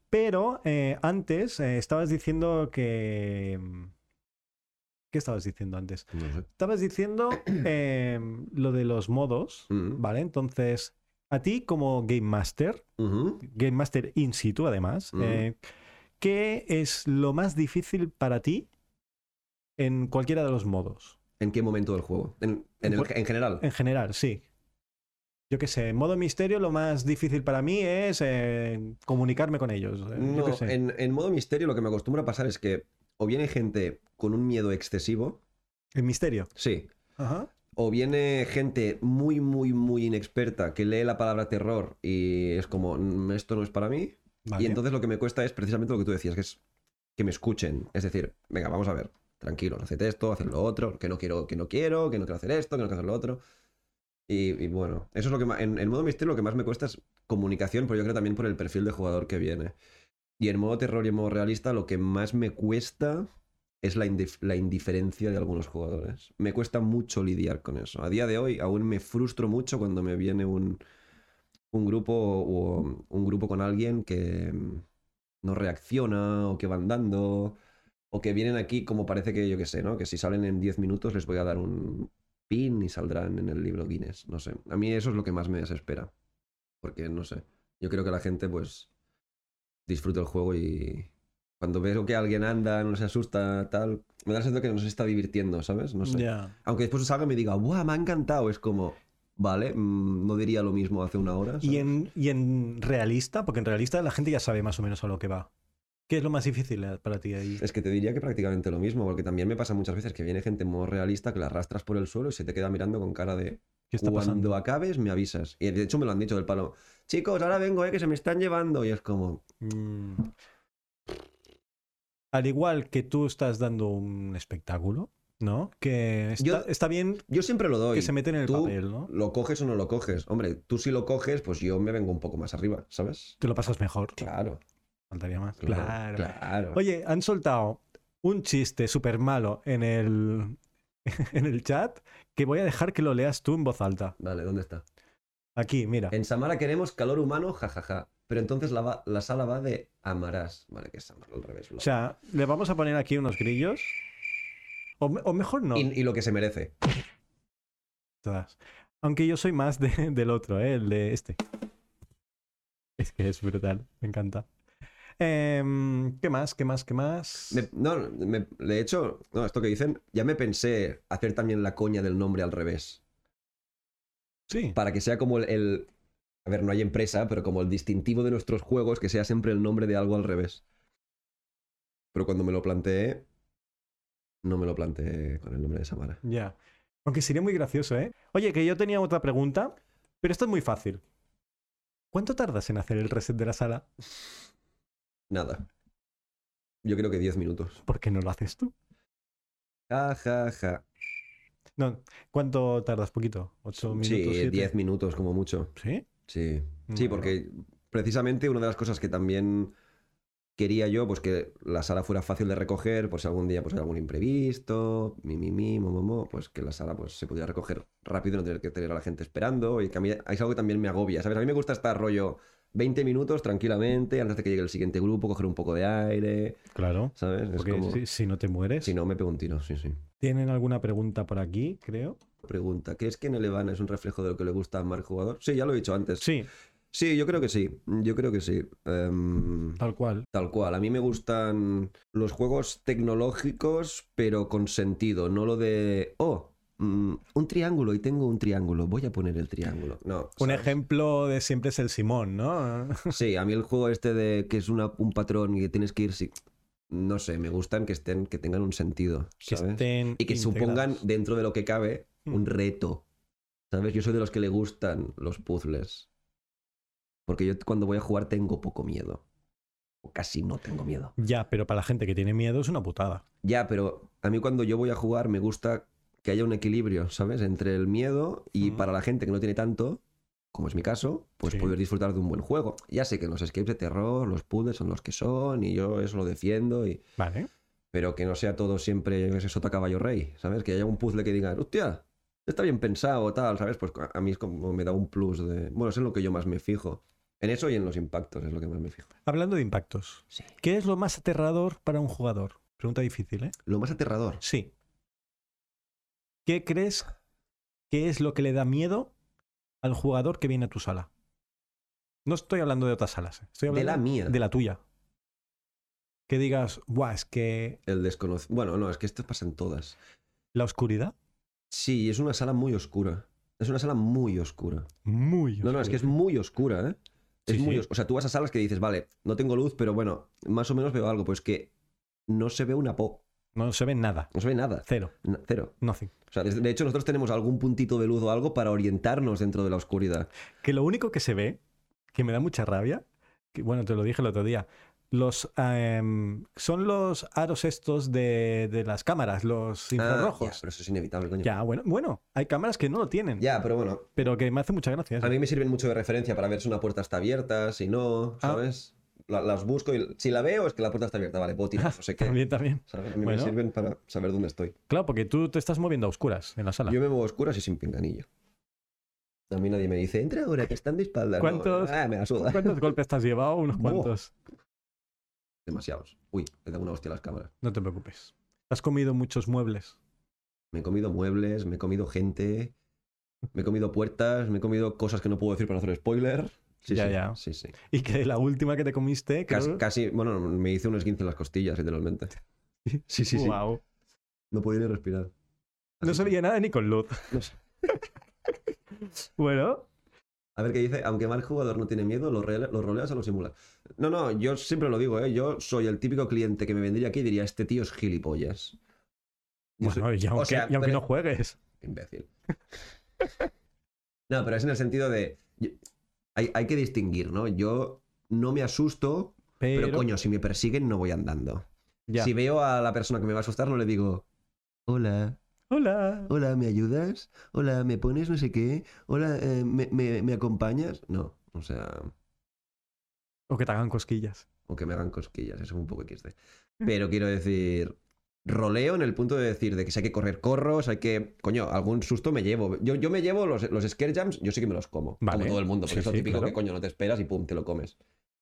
S2: Pero eh, antes eh, estabas diciendo que... mm, ¿Qué estabas diciendo antes?
S3: No sé.
S2: Estabas <clears throat> diciendo eh, lo de los modos,
S3: Mm.
S2: ¿vale? Entonces, a ti como Game Master,
S3: Ujú.
S2: Game Master in situ además,
S3: Mm.
S2: eh, ¿qué es lo más difícil para ti en cualquiera de los modos?
S3: ¿En qué momento del juego? En, en, el-
S2: Bueno,
S3: en general.
S2: En general, sí. Yo qué sé, en modo misterio lo más difícil para mí es eh, comunicarme con ellos. eh, yo
S3: No,
S2: qué sé.
S3: en, en modo misterio lo que me acostumbra a pasar es que o viene gente con un miedo excesivo,
S2: El misterio.
S3: sí,
S2: Ajá.
S3: o viene gente muy, muy, muy inexperta que lee la palabra terror y es como, "Mm, esto no es para mí.
S2: Vale.
S3: Y entonces lo que me cuesta es precisamente lo que tú decías, que es que me escuchen. Es decir, venga, vamos a ver, tranquilo, haced esto, haced lo otro, que no quiero, que no quiero, que no quiero hacer esto, que no quiero hacer lo otro. Y, y bueno, eso es lo que más, en, en modo misterio lo que más me cuesta es comunicación, pero yo creo también por el perfil de jugador que viene. Y en modo terror y en modo realista lo que más me cuesta es la, indif- la indiferencia de algunos jugadores. Me cuesta mucho lidiar con eso. A día de hoy aún me frustro mucho cuando me viene un, un grupo o un grupo con alguien que mm, no reacciona o que va andando o que vienen aquí como parece que yo que sé, ¿no? Que si salen en 10 minutos les voy a dar un pin y saldrán en el libro Guinness, no sé. A mí eso es lo que más me desespera. Porque no sé, yo creo que la gente pues disfruta el juego y cuando veo que alguien anda, no se asusta, tal, me da la sensación que no se está divirtiendo, ¿sabes? No sé.
S2: Ya.
S3: Aunque después salga y me diga, ¡buah, me ha encantado! Es como, vale, mm, no diría lo mismo hace una hora.
S2: ¿Y
S3: ¿sabes?
S2: en, y en realista, porque en realista la gente ya sabe más o menos a lo que va. ¿Qué es lo más difícil eh, para ti ahí?
S3: Es que te diría que prácticamente lo mismo, porque también me pasa muchas veces que viene gente muy realista que la arrastras por el suelo y se te queda mirando con cara de
S2: ¿Qué está
S3: cuando
S2: pasando?
S3: acabes me avisas. Y de hecho me lo han dicho del palo, chicos, ahora vengo, eh, que se me están llevando. Y es como,
S2: Mm. Al igual que tú estás dando un espectáculo, ¿no? Que está,
S3: Yo-
S2: está bien
S3: yo siempre lo doy.
S2: que se meten en el
S3: Tú
S2: papel, ¿no?
S3: ¿Lo coges o no lo coges? Hombre, tú si lo coges, pues yo me vengo un poco más arriba, ¿sabes?
S2: Te lo pasas mejor.
S3: Claro,
S2: Faltaría más.
S3: claro,
S2: Claro.
S3: claro.
S2: Oye, han soltado un chiste súper malo en el, <laughs> en el chat que voy a dejar que lo leas tú en voz alta.
S3: Vale, ¿dónde está?
S2: Aquí, mira.
S3: En Samara queremos calor humano, jajaja. Pero entonces la, va- la sala va de amarás. Vale, que es Samara al revés.
S2: O sea, le vamos a poner aquí unos grillos. O, me- o mejor no.
S3: y, y lo que se merece.
S2: todas. Aunque yo soy más de- del otro, ¿eh? el de este. Es que es brutal, me encanta. Em, ¿Qué más? ¿Qué más? ¿Qué más?
S3: Me- no, me- de hecho, no, esto que dicen, ya me pensé hacer también la coña del nombre al revés.
S2: Sí.
S3: Para que sea como el, el- A ver, no hay empresa, pero como el distintivo de nuestros juegos, que sea siempre el nombre de algo al revés. Pero cuando me lo planteé, no me lo planteé con el nombre de Samara.
S2: Ya. Aunque sería muy gracioso, ¿eh? Oye, que yo tenía otra pregunta, pero esto es muy fácil. ¿Cuánto tardas en hacer el reset de la sala?
S3: Nada. Yo creo que 10 minutos.
S2: ¿Por qué no lo haces tú?
S3: Ja, ja, ja.
S2: No, ¿cuánto tardas? ¿Poquito? ¿Ocho minutos?
S3: Sí,
S2: siete?
S3: 10 minutos como mucho.
S2: ¿Sí?
S3: Sí. Sí,
S2: Bueno.
S3: porque precisamente una de las cosas que también quería yo, pues que la sala fuera fácil de recoger, por si algún día pues hay algún imprevisto, mi, mi, mi, mo, mo, mo, pues que la sala pues se pudiera recoger rápido y no tener que tener a la gente esperando. Y que a mí es algo que también me agobia, ¿sabes? A mí me gusta estar rollo 20 minutos tranquilamente, antes de que llegue el siguiente grupo, coger un poco de aire,
S2: Claro.
S3: ¿sabes? Es
S2: Porque
S3: como...
S2: si, si no te mueres.
S3: Si no, me pego un tiro, sí, sí.
S2: ¿Tienen alguna pregunta por aquí, creo?
S3: Pregunta, ¿crees que Nelevana es un reflejo de lo que le gusta a Mark Jugador? Sí, ya lo he dicho antes.
S2: Sí,
S3: Sí, yo creo que sí. Yo creo que sí. Em,
S2: tal cual.
S3: Tal cual. A mí me gustan los juegos tecnológicos, pero con sentido. No lo de, oh, mm, un triángulo y tengo un triángulo. Voy a poner el triángulo. No.
S2: Un
S3: ¿sabes?
S2: ejemplo de siempre es el Simón, ¿no?
S3: Sí, a mí el juego este de que es una- un patrón y que tienes que ir. si- No sé, me gustan que, estén, que tengan un sentido.
S2: Que
S3: ¿sabes?
S2: estén
S3: Y que supongan
S2: integrados.
S3: dentro de lo que cabe un
S2: Mm.
S3: reto. ¿Sabes? Yo soy de los que le gustan los puzzles. Porque yo cuando voy a jugar tengo poco miedo. O casi no tengo miedo.
S2: Ya, pero para la gente que tiene miedo es una putada.
S3: Ya, pero a mí cuando yo voy a jugar me gusta que haya un equilibrio, ¿sabes? Entre el miedo y
S2: Ujú.
S3: para la gente que no tiene tanto, como es mi caso, pues
S2: Sí.
S3: poder disfrutar de un buen juego. Ya sé que los escapes de terror, los puzzles son los que son y yo eso lo defiendo y...
S2: Vale.
S3: Pero que no sea todo siempre, yo qué sé, sota caballo rey, ¿sabes? Que haya un puzzle que diga, hostia, está bien pensado, tal, ¿sabes? Pues a mí es como me da un plus de... Bueno, eso es lo que yo más me fijo. En eso y en los impactos es lo que más me fijo.
S2: Hablando de impactos,
S3: Sí.
S2: ¿qué es lo más aterrador para un jugador? Pregunta difícil, ¿eh?
S3: Lo más aterrador.
S2: Sí. ¿Qué crees que es lo que le da miedo al jugador que viene a tu sala? No estoy hablando de otras salas, ¿eh? estoy
S3: De
S2: hablando
S3: la mía.
S2: de la tuya. Que digas, guau, es que
S3: El desconocido. Bueno, no, es que esto pasa en todas.
S2: la oscuridad,
S3: Sí, es una sala muy oscura. Es una sala muy oscura.
S2: muy.
S3: No, no, es que es muy oscura, ¿eh? Es
S2: Sí,
S3: muy
S2: sí.
S3: os- O sea, tú vas a salas que dices, vale, no tengo luz, pero bueno, más o menos veo algo. Pues que no se ve una po.
S2: No se ve nada.
S3: No se ve nada.
S2: Cero.
S3: Na- Cero.
S2: Nothing.
S3: O sea, des- de hecho, nosotros tenemos algún puntito de luz o algo para orientarnos dentro de la oscuridad.
S2: Que lo único que se ve, que me da mucha rabia, que bueno, te lo dije el otro día, los em, son los aros estos de, de las cámaras, los
S3: Ah, ya,
S2: infrarrojos.
S3: pero eso es inevitable, coño.
S2: ya, bueno, bueno, hay cámaras que no lo tienen,
S3: Ya, pero bueno.
S2: pero que me hace mucha gracia. eso.
S3: A mí me sirven mucho de referencia para ver si una puerta está abierta, si no,
S2: Ah.
S3: ¿sabes? La- las busco y si la veo es que la puerta está abierta, vale, puedo tirar, no sé qué.
S2: <laughs> También, también.
S3: ¿sabes? A mí
S2: Bueno.
S3: me sirven para saber dónde estoy.
S2: Claro, porque tú te estás moviendo a oscuras en la sala.
S3: Yo me muevo a oscuras y sin pinganillo. A mí nadie me dice, entra ahora, que están de espaldas. No,
S2: ¿Cuántos-
S3: ah, me la suda. <laughs>
S2: ¿Cuántos golpes te has llevado? Unos
S3: Buah.
S2: cuantos.
S3: Demasiados. Uy, le dado una hostia a las cámaras.
S2: No te preocupes. Has comido muchos muebles.
S3: Me he comido muebles, me he comido gente, me he comido puertas, me he comido cosas que no puedo decir para no hacer spoiler. Sí,
S2: Ya,
S3: sí,
S2: ya.
S3: sí, sí.
S2: Y que la última que te comiste,
S3: Cas-
S2: creo...
S3: Casi, bueno, me hice un esguince en las costillas, literalmente. Sí, sí, sí.
S2: Guau.
S3: No podía ni respirar.
S2: No
S3: Así
S2: se
S3: que-
S2: veía nada ni con luz.
S3: no sé.
S2: Bueno,
S3: A ver qué dice, aunque mal jugador no tiene miedo, lo, rele- lo roleas o lo simulas. No, no, yo siempre lo digo, ¿eh? Yo soy el típico cliente que me vendría aquí y diría, este tío es gilipollas. Yo soy-
S2: bueno y aunque,
S3: sea,
S2: y aunque
S3: pero-
S2: no juegues.
S3: <laughs> imbécil. no, pero es en el sentido de. yo- Hay, hay que distinguir, ¿no? Yo no me asusto,
S2: Pero,
S3: pero, coño, si me persiguen no voy andando.
S2: ya.
S3: Si veo a la persona que me va a asustar, no le digo. Hola,
S2: Hola.
S3: hola, ¿me ayudas? Hola, ¿me pones no sé qué? Hola, eh, ¿me, me- me acompañas? No, o sea,
S2: O que te hagan cosquillas.
S3: o que me hagan cosquillas, eso es un poco XD. Pero quiero decir, roleo en el punto de decir de que si hay que correr, corro, si hay que. Coño, algún susto me llevo. Yo, yo me llevo los, los scare jumps, yo sí que me los como.
S2: Vale.
S3: Como todo el mundo,
S2: Sí,
S3: porque es lo
S2: sí,
S3: típico
S2: claro.
S3: que coño no te esperas y pum, te lo comes.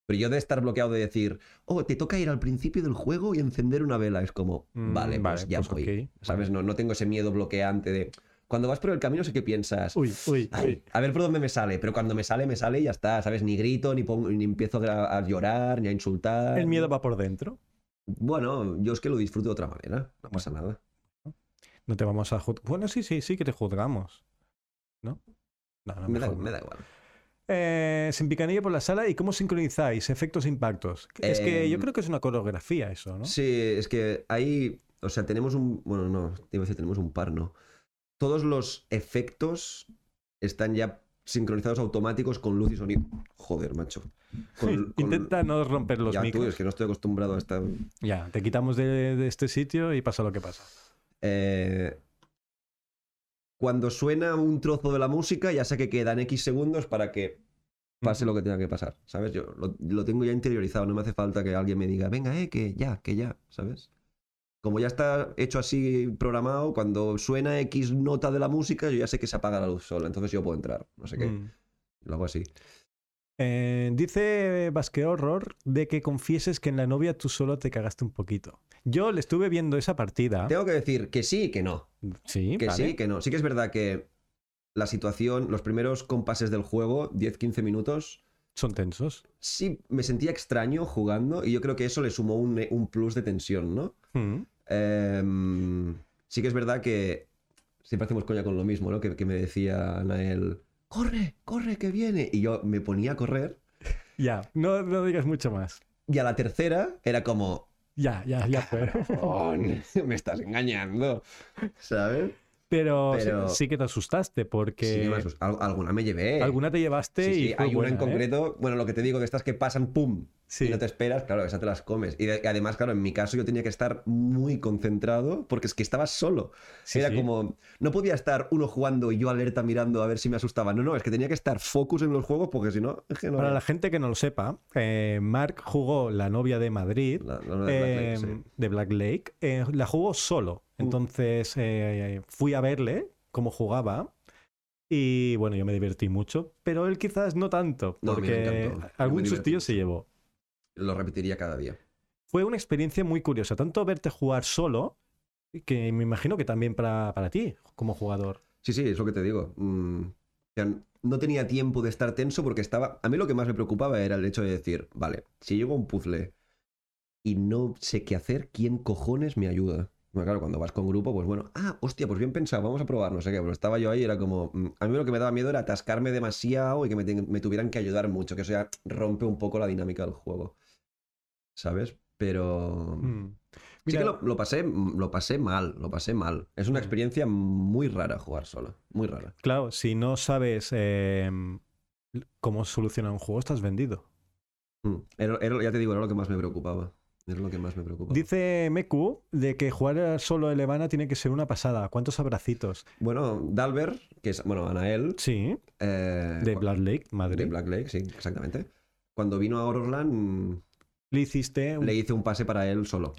S3: Pero yo de estar bloqueado de decir, oh, te toca ir al principio del juego y encender una vela, es como,
S2: Mm,
S3: vale, pues ya voy.
S2: ok.
S3: ¿Sabes? No, no tengo ese miedo bloqueante de. Cuando vas por el camino, sé que piensas.
S2: Uy, uy,
S3: "Ay,
S2: uy.
S3: a ver por dónde me sale, pero cuando me sale, me sale y ya está, ¿sabes? Ni grito, ni, pongo- ni empiezo a, a llorar, ni a insultar.
S2: El miedo va por dentro.
S3: Bueno, yo es que lo disfruto de otra manera, no pasa nada.
S2: No te vamos a juzgar. Bueno, sí, sí, sí que te juzgamos. ¿No? No, no,
S3: Me da,
S2: mejor no.
S3: me da igual.
S2: Eh, sin picanilla por la sala. ¿Y cómo sincronizáis? Efectos e impactos. Es que yo
S3: Em,
S2: creo que es una coreografía eso, ¿no?
S3: Sí, es que ahí, o sea, tenemos un, bueno, no, te iba a decir, tenemos un par, ¿no? Todos los efectos están ya sincronizados automáticos con luz y sonido. Joder, macho. Con- con-
S2: <laughs> Intenta no romper los
S3: ya, tú,
S2: micros.
S3: es que no estoy acostumbrado a esta...
S2: Ya, te quitamos de, de este sitio y pasa lo que pasa.
S3: Eh, cuando suena un trozo de la música, ya sé que quedan X segundos para que pase lo que tenga que pasar, ¿sabes? Yo lo, lo tengo ya interiorizado, no me hace falta que alguien me diga, venga, eh, que ya, que ya, ¿sabes? Como ya está hecho así programado, cuando suena X nota de la música, yo ya sé que se apaga la luz sola, entonces yo puedo entrar, no sé qué,
S2: Mm.
S3: lo hago así.
S2: Eh, dice Basque Horror de que confieses que en la novia tú solo te cagaste un poquito. Yo le estuve viendo esa partida.
S3: Tengo que decir que sí y que no,
S2: Sí,
S3: que
S2: Ah. vale.
S3: sí, que no. Sí que es verdad que la situación, los primeros compases del juego, 10-15 minutos,
S2: Son tensos.
S3: sí me sentía extraño jugando y yo creo que eso le sumó un, eh, un plus de tensión, ¿no?
S2: Mm.
S3: Em, sí que es verdad que siempre hacemos coña con lo mismo, ¿no? Que, que me decía Anael, corre, corre, que viene. Y yo me ponía a correr
S2: Ya, no, no digas mucho más.
S3: y a la tercera era como,
S2: Ya, ya, ya fue.
S3: <laughs> "Cabrón, me estás engañando, <laughs> ¿sabes?
S2: Pero,
S3: Pero-
S2: sí, sí que te asustaste porque
S3: Sí, me asus- al- alguna me llevé.
S2: alguna te llevaste
S3: Sí, sí,
S2: y fue
S3: hay una
S2: buena,
S3: en
S2: ¿eh?
S3: concreto, bueno, lo que te digo, que estas que pasan, ¡pum!
S2: Sí.
S3: y no te esperas, claro, esa te las comes. Y de- además, claro, en mi caso yo tenía que estar muy concentrado porque es que estaba solo.
S2: Sí,
S3: Era
S2: sí.
S3: como, no podía estar uno jugando y yo alerta mirando a ver si me asustaba. No, no, es que tenía que estar focus en los juegos porque si no, es que no.
S2: Para la gente que no lo sepa, eh, Mark jugó la novia de Madrid
S3: La- la de Black Lake,
S2: eh,
S3: sí. Mm.
S2: de Black Lake, eh, la jugó solo. Entonces eh, fui a verle cómo jugaba. Y bueno, yo me divertí mucho, pero él quizás no tanto,
S3: No, a mí me
S2: porque
S3: encantó. Yo me
S2: algún
S3: divertí
S2: sustillo
S3: mucho.
S2: se llevó.
S3: Lo repetiría cada día.
S2: Fue una experiencia muy curiosa, tanto verte jugar solo, que me imagino que también para, para ti como jugador.
S3: Sí, sí, es lo que te digo. Mm, o sea, no tenía tiempo de estar tenso porque estaba. A mí lo que más me preocupaba era el hecho de decir, vale, si llego a un puzzle y no sé qué hacer, ¿quién cojones me ayuda? Bueno, claro, cuando vas con grupo, pues bueno, ah, hostia, pues bien pensado, vamos a probar, no sé qué, pero estaba yo ahí y era como. mm, A mí lo que me daba miedo era atascarme demasiado y que me, ten- me tuvieran que ayudar mucho, que eso ya rompe un poco la dinámica del juego. ¿Sabes? Pero.
S2: Mm.
S3: Sí
S2: Mira. Mm.
S3: que lo, lo pasé, lo pasé mal, lo pasé mal. Es una experiencia muy rara jugar sola, muy rara.
S2: Claro, si no sabes eh, cómo solucionar un juego, estás vendido.
S3: Mm. Era- era- ya te digo, era lo que más me preocupaba. Era lo que más me preocupaba.
S2: Dice Meku de que jugar solo el Evana tiene que ser una pasada. ¿Cuántos abracitos?
S3: Bueno, Dalbert, que es, bueno, Anael,
S2: Sí,
S3: eh,
S2: de
S3: cu-
S2: Black Lake,
S3: de
S2: Madrid.
S3: Black Lake, sí, exactamente. Cuando vino a
S2: Mm.
S3: Orlan,
S2: Le hiciste, un-
S3: le hice un pase para él solo.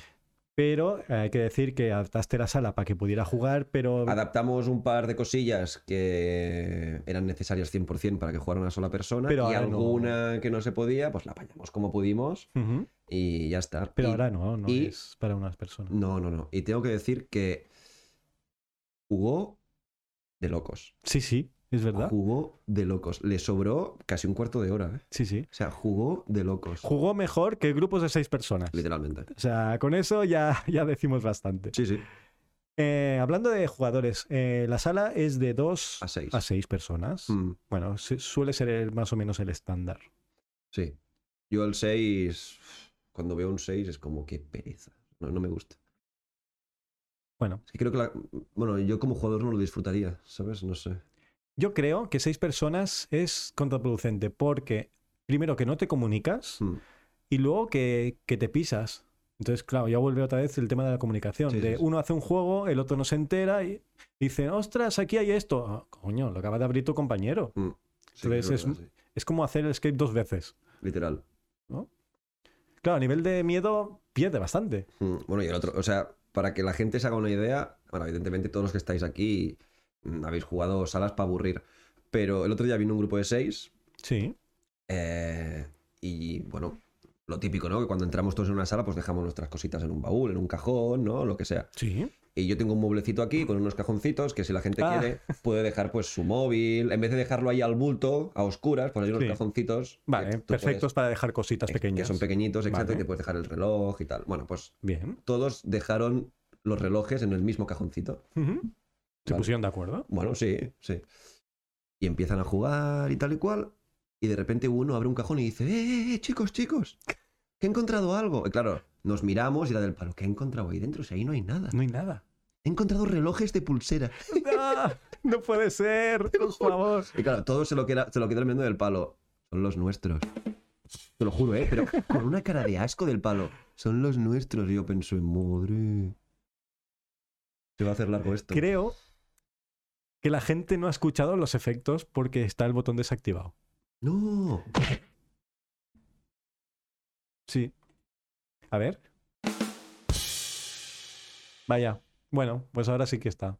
S2: pero eh, hay que decir que adaptaste la sala para que pudiera jugar, pero
S3: Adaptamos un par de cosillas que eran necesarias 100% para que jugara una sola persona
S2: Pero
S3: y
S2: ahora no.
S3: alguna que no se podía, pues la apañamos como pudimos
S2: Ujú.
S3: y ya está.
S2: pero
S3: Y-
S2: ahora no, no
S3: y-
S2: es para unas personas.
S3: No, no, no. Y tengo que decir que jugó de locos.
S2: Sí, sí, es verdad.
S3: Jugó de locos. Le sobró casi un cuarto de hora. ¿eh?
S2: Sí, sí.
S3: O sea, jugó de locos.
S2: Jugó mejor que grupos de seis personas.
S3: Literalmente.
S2: O sea, con eso ya, <laughs> ya decimos bastante.
S3: Sí, sí.
S2: Eh, hablando de jugadores, eh, la sala es de dos
S3: A seis.
S2: a seis personas.
S3: Mm,
S2: Bueno, su- suele ser el- más o menos el estándar.
S3: sí. Yo el 6, cuando veo un 6 es como que pereza. No, no me gusta.
S2: Bueno,
S3: Es que creo que la... Bueno, yo como jugador no lo disfrutaría, ¿sabes? No sé.
S2: yo creo que seis personas es contraproducente porque, primero, que no te comunicas
S3: Mm,
S2: y luego que, que te pisas. Entonces, claro, ya vuelve otra vez el tema de la comunicación.
S3: Sí,
S2: de
S3: sí, sí.
S2: uno hace un juego, el otro no se entera y dice, ostras, aquí hay esto. Ah, coño, lo acaba de abrir tu compañero.
S3: mm. Sí,
S2: Entonces es-
S3: verdad, sí.
S2: Es como hacer el escape dos veces.
S3: Literal.
S2: Claro, a nivel de miedo pierde bastante.
S3: Mm, Bueno, y el otro, o sea, para que la gente se haga una idea, bueno, evidentemente todos los que estáis aquí mm, habéis jugado salas para aburrir, pero el otro día vino un grupo de seis
S2: Sí.
S3: eh, y bueno, lo típico, ¿no? Que cuando entramos todos en una sala, pues dejamos nuestras cositas en un baúl, en un cajón, ¿no? Lo que sea.
S2: Sí.
S3: Y yo tengo un mueblecito aquí con unos cajoncitos que si la gente
S2: Ah.
S3: quiere puede dejar pues su móvil, en vez de dejarlo ahí al bulto, a oscuras, pues hay unos
S2: Sí.
S3: cajoncitos. que
S2: Vale,
S3: tú puedes-
S2: perfectos para dejar cositas
S3: que
S2: pequeñas.
S3: son pequeñitos, exacto,
S2: Vale.
S3: y te puedes dejar el reloj y tal. Bueno, pues
S2: Bien.
S3: todos dejaron los relojes en el mismo cajoncito.
S2: Ujú. ¿Se
S3: Vale.
S2: pusieron de acuerdo?
S3: Bueno, sí, sí. Y empiezan a jugar y tal y cual. Y de repente uno abre un cajón y dice, ¡eh, eh, eh, chicos, chicos! Que he encontrado algo. Y claro, nos miramos y era del palo, ¿qué he encontrado ahí dentro? Si ahí no hay nada.
S2: No hay nada.
S3: He encontrado relojes de pulsera.
S2: <laughs> ¡Ah! no puede ser, por favor.
S3: Y claro, todo se lo queda, se lo queda mirando del palo. Son los nuestros. Te lo juro, ¿eh? Pero con una cara de asco del palo. Son los nuestros. Y yo pensé, madre. Se va a hacer largo esto.
S2: Creo que la gente no ha escuchado los efectos porque está el botón desactivado.
S3: No.
S2: Sí. A ver. Vaya. Bueno, pues ahora sí que está.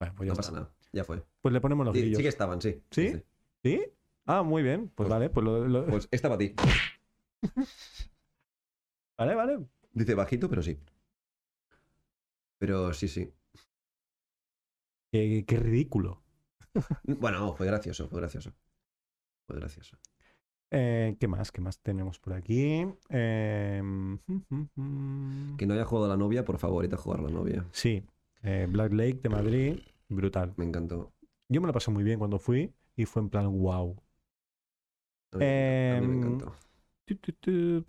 S2: Bueno, pues ya
S3: No
S2: está.
S3: pasa nada. Ya fue.
S2: Pues le ponemos los
S3: Sí,
S2: grillos.
S3: sí que estaban, sí.
S2: ¿Sí? ¿Sí? Ah, muy bien. Pues,
S3: Pues-
S2: vale, pues lo- lo-
S3: Pues esta para ti.
S2: Vale, vale.
S3: Dice bajito, pero sí. Pero sí, sí.
S2: Qué, qué ridículo.
S3: Bueno, fue gracioso, fue gracioso. Fue gracioso.
S2: Eh, ¿Qué más? ¿Qué más tenemos por aquí? Eh, mm, mm, mm.
S3: Que no haya jugado a la novia, por favor, ahorita jugar a la novia.
S2: Sí, eh, Black Lake de Madrid, brutal.
S3: Me encantó.
S2: Yo me lo pasé muy bien cuando fui y fue en plan wow.
S3: A mí, me encantó, a mí
S2: Em,
S3: me encantó.
S2: Tu, tu, tu.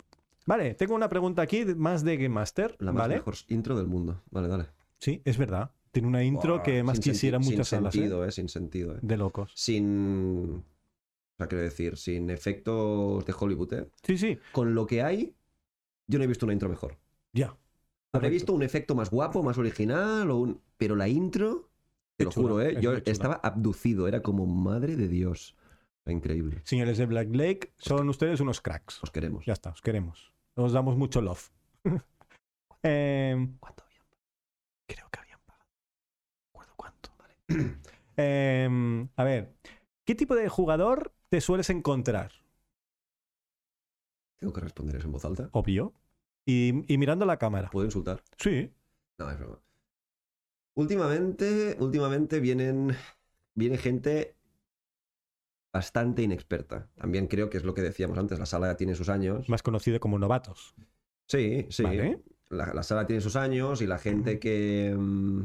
S2: Vale, tengo una pregunta aquí de- más de Game Master,
S3: La más
S2: ¿vale?
S3: mejor intro del mundo. Vale, dale.
S2: Sí, es verdad. Tiene una intro
S3: Buah,
S2: que más
S3: sin senti-
S2: quisiera muchas
S3: sin
S2: salas, ¿eh?
S3: sentido, eh, Sin sentido, eh.
S2: De locos.
S3: Sin. O sea, quiero decir, sin efectos de Hollywood, eh.
S2: Sí, sí,
S3: Con lo que hay, yo no he visto una intro mejor.
S2: ya.
S3: Habré
S2: Correcto.
S3: visto un efecto más guapo, más original, o un... pero la intro,
S2: Qué
S3: te lo
S2: chula,
S3: juro, ¿eh?
S2: es
S3: yo
S2: muy chula.
S3: estaba abducido, era como madre de Dios. Era increíble.
S2: Señores de Black Lake, son ustedes unos cracks.
S3: Os queremos.
S2: Ya está, os queremos. Os damos mucho love. <laughs> Eh,
S3: ¿Cuánto habían?
S2: Creo que habían pagado. No recuerdo cuánto. Vale. Em, a ver, ¿qué tipo de jugador te sueles encontrar?
S3: Tengo que responder eso en voz alta.
S2: Obvio. Y, y mirando la cámara.
S3: ¿Puedo insultar?
S2: Sí.
S3: No, es broma. Últimamente, últimamente vienen, viene gente bastante inexperta. También creo que es lo que decíamos antes, la sala tiene sus años.
S2: Más conocido como novatos.
S3: Sí, sí.
S2: Vale.
S3: La, la sala tiene sus años y la gente que, mm,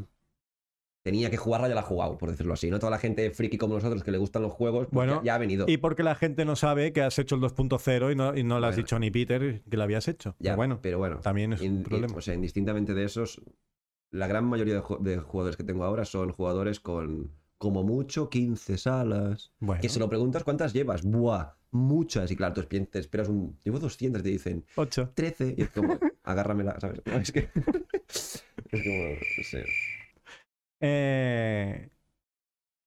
S3: tenía que jugarla, ya la ha jugado, por decirlo así. No toda la gente friki como nosotros que le gustan los juegos, pues
S2: Bueno,
S3: ya, ya ha venido.
S2: Y porque la gente no sabe que has hecho el 2.0 y no, y no le has
S3: Bueno.
S2: dicho ni Peter que lo habías hecho. Pero
S3: Ya, pues,
S2: bueno,
S3: pero bueno.
S2: también es un
S3: in-
S2: problema.
S3: O sea, indistintamente de esos, la gran mayoría de, ju- de jugadores que tengo ahora son jugadores con como mucho 15 salas.
S2: Bueno.
S3: Que se lo preguntas cuántas llevas. Buah, muchas. Y claro, tú espi- te esperas un. Llevo 200, te dicen.
S2: Ocho.
S3: 13. Y
S2: <laughs>
S3: es como, agárramela, ¿sabes? <laughs> No, es que. es como. no sé.
S2: Eh,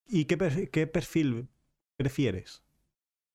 S2: ¿Y qué, per- qué perfil prefieres?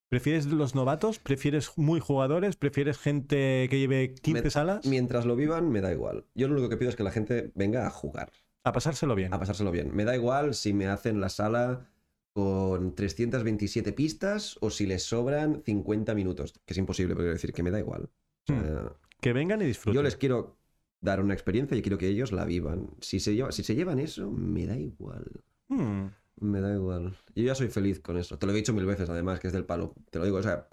S2: ¿Prefieres los novatos? ¿Prefieres muy jugadores? ¿Prefieres gente que lleve 15
S3: Me-
S2: salas?
S3: <laughs> Mientras lo vivan, me da igual. Yo lo único que pido es que la gente venga a jugar.
S2: A pasárselo bien.
S3: a pasárselo bien. Me da igual si me hacen la sala con 327 pistas o si les sobran 50 minutos, que es imposible, pero quiero decir que me da igual. O sea,
S2: Que vengan y disfruten.
S3: yo les quiero dar una experiencia y quiero que ellos la vivan. Si se, lleva- si se llevan eso, me da igual.
S2: Hmm,
S3: Me da igual. Yo ya soy feliz con eso. Te lo he dicho mil veces, además, que es del palo. Te lo digo, o sea,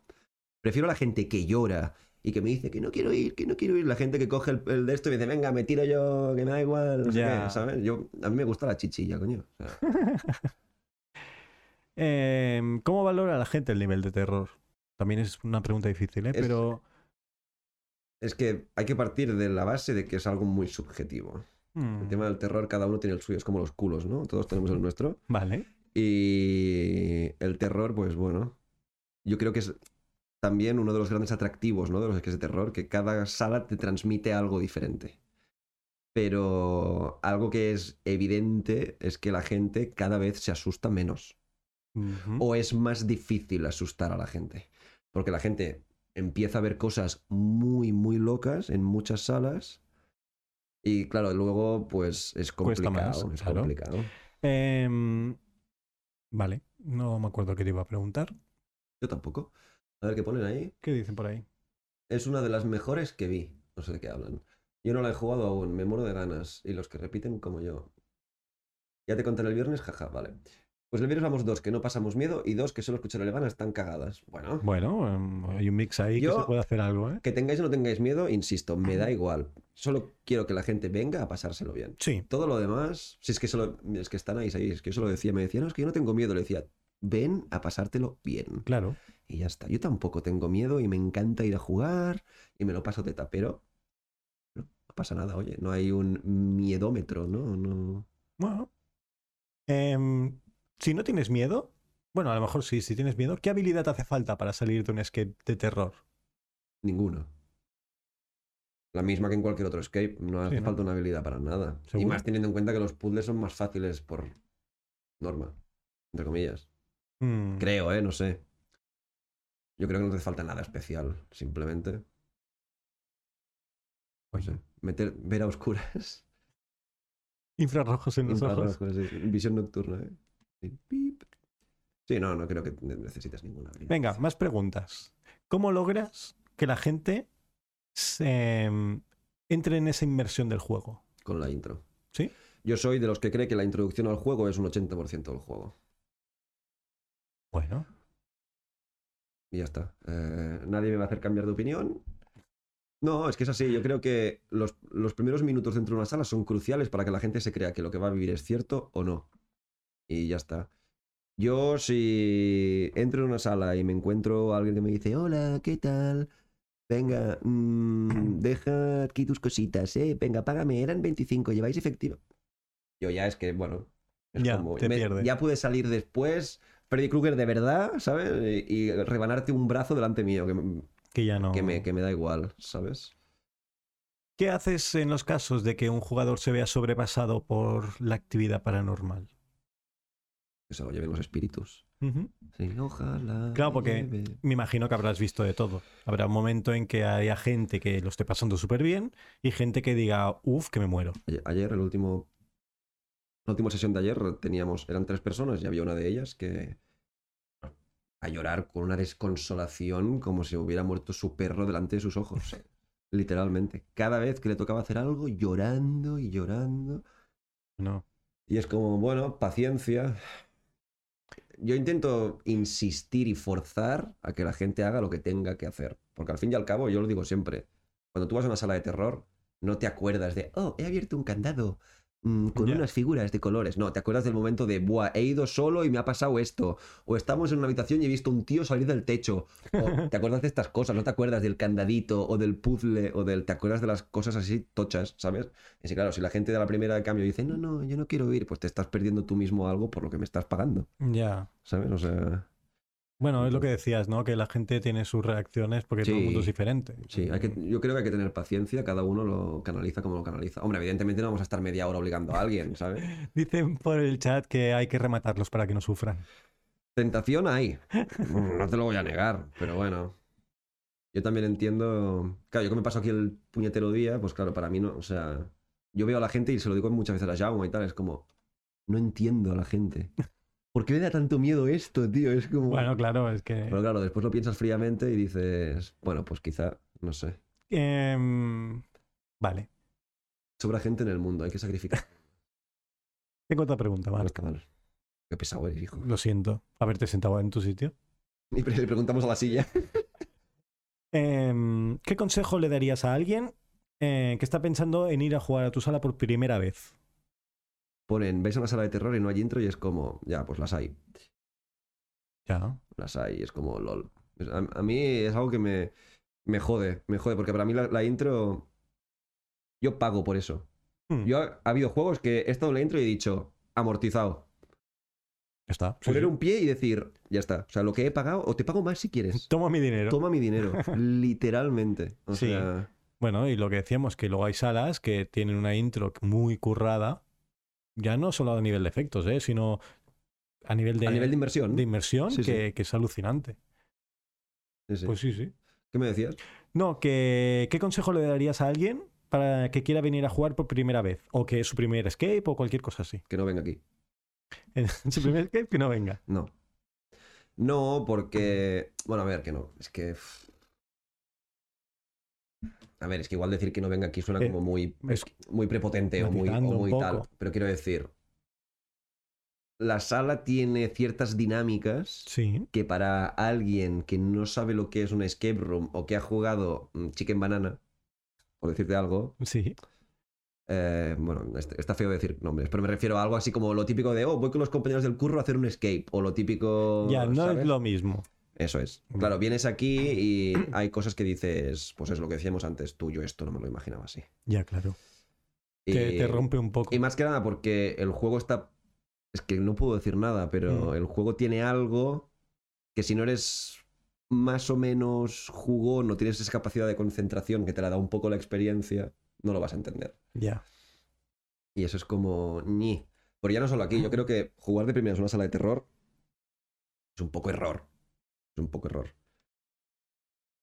S3: prefiero la gente que llora y que me dice que no quiero ir, que no quiero ir. La gente que coge el, el de esto y me dice, venga, me tiro yo, que me da igual. no sé
S2: Ya.
S3: qué, ¿sabes? Yo, a mí me gusta la chichilla, coño. O sea,
S2: eh, ¿Cómo valora la gente el nivel de terror? También es una pregunta difícil, ¿eh?
S3: Es-
S2: Pero...
S3: Es que hay que partir de la base de que es algo muy subjetivo.
S2: hmm,
S3: El tema del terror, cada uno tiene el suyo, es como los culos, ¿no? Todos tenemos el nuestro.
S2: Vale.
S3: Y el terror, pues bueno, yo creo que es también uno de los grandes atractivos, ¿no? De los que es de terror, que cada sala te transmite algo diferente. Pero algo que es evidente es que la gente cada vez se asusta menos
S2: Ujú.
S3: o es más difícil asustar a la gente. Porque la gente empieza a ver cosas muy, muy locas en muchas salas. Y claro, luego pues es
S2: Cuesta
S3: complicado.
S2: más,
S3: es
S2: claro.
S3: complicado.
S2: Em, vale, no me acuerdo qué te iba a preguntar.
S3: Yo tampoco. A ver qué ponen ahí.
S2: ¿Qué dicen por ahí?
S3: Es una de las mejores que vi. No sé de qué hablan. Yo no la he jugado aún, me muero de ganas. Y los que repiten como yo. Ya te contaré el viernes, jaja, vale. Pues el viernes vamos dos, que no pasamos miedo, y dos, que solo escuchar el van están cagadas. Bueno.
S2: Bueno, em, hay un mix ahí que
S3: Yo-
S2: se puede hacer algo, ¿eh?
S3: Que tengáis o no tengáis miedo, insisto, me da igual. Solo quiero que la gente venga a pasárselo bien.
S2: Sí,
S3: Todo lo demás, si es que solo, es que están ahí, ahí, es que yo se lo decía, me decían, no, es que yo no tengo miedo, le decía, ven a pasártelo bien.
S2: claro.
S3: Y ya está. Yo tampoco tengo miedo y me encanta ir a jugar y me lo paso teta, pero no, no pasa nada, oye, no hay un miedómetro, ¿no? no...
S2: Bueno. Em, si no tienes miedo, bueno, a lo mejor sí, si tienes miedo, ¿qué habilidad te hace falta para salir de un escape de terror?
S3: Ninguno. La misma que en cualquier otro escape. No hace
S2: ¿no?
S3: falta una habilidad para nada. Y
S2: ¿Seguro?
S3: más teniendo en cuenta que los puzzles son más fáciles por norma. Entre comillas.
S2: Mm,
S3: Creo, ¿eh? No sé. Yo creo que no te hace falta nada especial. Simplemente. no
S2: Oye.
S3: sé, Meter, ver a oscuras.
S2: Infrarrojos en los ojos.
S3: infrarrojos, sí, Visión nocturna, ¿eh? Sí, pip. Sí, no, no creo que ne- necesites ninguna. habilidad.
S2: Venga, más preguntas. ¿Cómo logras que la gente se, em, entre en esa inmersión del juego?
S3: Con la intro.
S2: ¿Sí?
S3: Yo soy de los que cree que la introducción al juego es un 80% del juego.
S2: Bueno,
S3: Y ya está. Eh, nadie me va a hacer cambiar de opinión. No, es que es así. Yo creo que los, los primeros minutos dentro de una sala son cruciales para que la gente se crea que lo que va a vivir es cierto o no. Y ya está. Yo si entro en una sala y me encuentro a alguien que me dice, hola, ¿qué tal? Venga, mm, deja aquí tus cositas, ¿eh? Venga, págame, eran 25, lleváis efectivo. Yo ya es que, bueno, es
S2: Ya,
S3: como-
S2: te pierdes.
S3: ya pude salir después, Freddy Krueger de verdad, ¿sabes? Y, y rebanarte un brazo delante mío, que, me-
S2: que ya no.
S3: que me, que me da igual, ¿sabes?
S2: ¿Qué haces en los casos de que un jugador se vea sobrepasado por la actividad paranormal?
S3: Que se lo lleven los espíritus.
S2: Ujú.
S3: Sí, ojalá.
S2: Claro,
S3: me
S2: porque-
S3: lleve.
S2: Me imagino que habrás visto de todo. Habrá un momento en que haya gente que lo esté pasando súper bien y gente que diga, uff, que me muero.
S3: Ayer- Ayer, el último. La última sesión de ayer teníamos. Eran tres personas y había una de ellas que. A llorar con una desconsolación como si hubiera muerto su perro delante de sus <laughs> ojos. Literalmente. Cada vez que le tocaba hacer algo, llorando y llorando.
S2: No.
S3: Y es como, bueno, paciencia. Yo intento insistir y forzar a que la gente haga lo que tenga que hacer. Porque al fin y al cabo, yo lo digo siempre, cuando tú vas a una sala de terror, no te acuerdas de, oh, he abierto un candado, mm, con
S2: Ya.
S3: unas figuras de colores. No, te acuerdas del momento de, buah, he ido solo y me ha pasado esto. O estamos en una habitación y he visto un tío salir del techo. O, te acuerdas de estas cosas, no te acuerdas del candadito o del puzzle o del... Te acuerdas de las cosas así tochas, ¿sabes? Y sí, claro, si la gente de la primera de cambio dice, no, no, yo no quiero ir, pues te estás perdiendo tú mismo algo por lo que me estás pagando,
S2: Ya.
S3: ¿sabes? O sea...
S2: Bueno, es lo que decías, ¿no? Que la gente tiene sus reacciones porque todo el mundo es
S3: Sí.
S2: diferente.
S3: Sí, hay que, yo creo que hay que tener paciencia, cada uno lo canaliza como lo canaliza. Hombre, evidentemente no vamos a estar media hora obligando a alguien, ¿sabes?
S2: Dicen por el chat que hay que rematarlos para que no sufran.
S3: Tentación hay, no te lo voy a negar, pero bueno. Yo también entiendo, claro, yo que me paso aquí el puñetero día, pues claro, para mí no, o sea, yo veo a la gente y se lo digo muchas veces a Jaume y tal, es como, no entiendo a la gente. ¿Por qué le da tanto miedo esto, tío? Es como...
S2: Bueno, claro, es que...
S3: Pero claro, después lo piensas fríamente y dices, bueno, pues quizá, no sé,
S2: Em, vale.
S3: sobra gente en el mundo, hay que sacrificar.
S2: Tengo otra pregunta,
S3: No
S2: Marc.
S3: está mal. Qué pesado eres, hijo.
S2: Lo siento, haberte sentado en tu sitio.
S3: <laughs> Y pre- le preguntamos a la silla.
S2: Em, ¿Qué consejo le darías a alguien eh, que está pensando en ir a jugar a tu sala por primera vez?
S3: <laughs> Ponen, vais a una sala de terror y no hay intro y es como, ya, pues las hay.
S2: Ya.
S3: Las hay, es como lol. Es- A, a mí es algo que me, me jode, me jode, porque para mí la, la intro. Yo pago por eso.
S2: Hmm,
S3: Yo ha habido juegos que he estado en la intro y he dicho, amortizado.
S2: ya está. Sí,
S3: Poner
S2: sí.
S3: un pie y decir, ya está. O sea, lo que he pagado, o te pago más si <laughs> quieres.
S2: Toma mi dinero.
S3: Toma mi <laughs> dinero. Literalmente. O
S2: Sí.
S3: sea.
S2: Bueno, y lo que decíamos, que luego hay salas que tienen una intro muy currada, ya no solo a nivel de efectos, ¿eh? sino a nivel de,
S3: a nivel de inversión.
S2: de inmersión,
S3: Sí, sí.
S2: que, que es alucinante.
S3: Sí, sí.
S2: Pues sí, sí.
S3: ¿Qué me decías?
S2: No, que, ¿qué consejo le darías a alguien para que quiera venir a jugar por primera vez? O que es su primer escape o cualquier cosa así. <laughs>
S3: Que no venga aquí.
S2: su primer escape, que no venga.
S3: No. No, porque. Bueno, a ver, que no. Es que. pff. A ver, es que igual decir que no venga aquí suena
S2: Eh,
S3: como muy,
S2: es-
S3: muy prepotente o muy, o
S2: matizando un
S3: muy tal.
S2: poco.
S3: Pero quiero decir. La sala tiene ciertas dinámicas
S2: Sí.
S3: que para alguien que no sabe lo que es un escape room o que ha jugado mm, Chicken Banana, por decirte algo,
S2: Sí.
S3: eh, bueno, est- está feo decir nombres, pero me refiero a algo así como lo típico de, oh, voy con los compañeros del curro a hacer un escape, o lo típico...
S2: Ya, no
S3: ¿sabes?
S2: es lo mismo.
S3: Eso es.
S2: Mm.
S3: Claro, vienes aquí y hay cosas que dices, pues es lo que decíamos antes, tú, yo esto no me lo imaginaba así.
S2: Ya, claro.
S3: Y,
S2: Te, te rompe un poco.
S3: y más que nada porque el juego está... Es que no puedo decir nada, pero
S2: Mm.
S3: el juego tiene algo que si no eres más o menos jugón o tienes esa capacidad de concentración que te la da un poco la experiencia, no lo vas a entender.
S2: Ya.
S3: Y eso es como ñi. Pero ya no solo aquí, yo creo que jugar de primeras una sala de terror es un poco error. Es un poco error.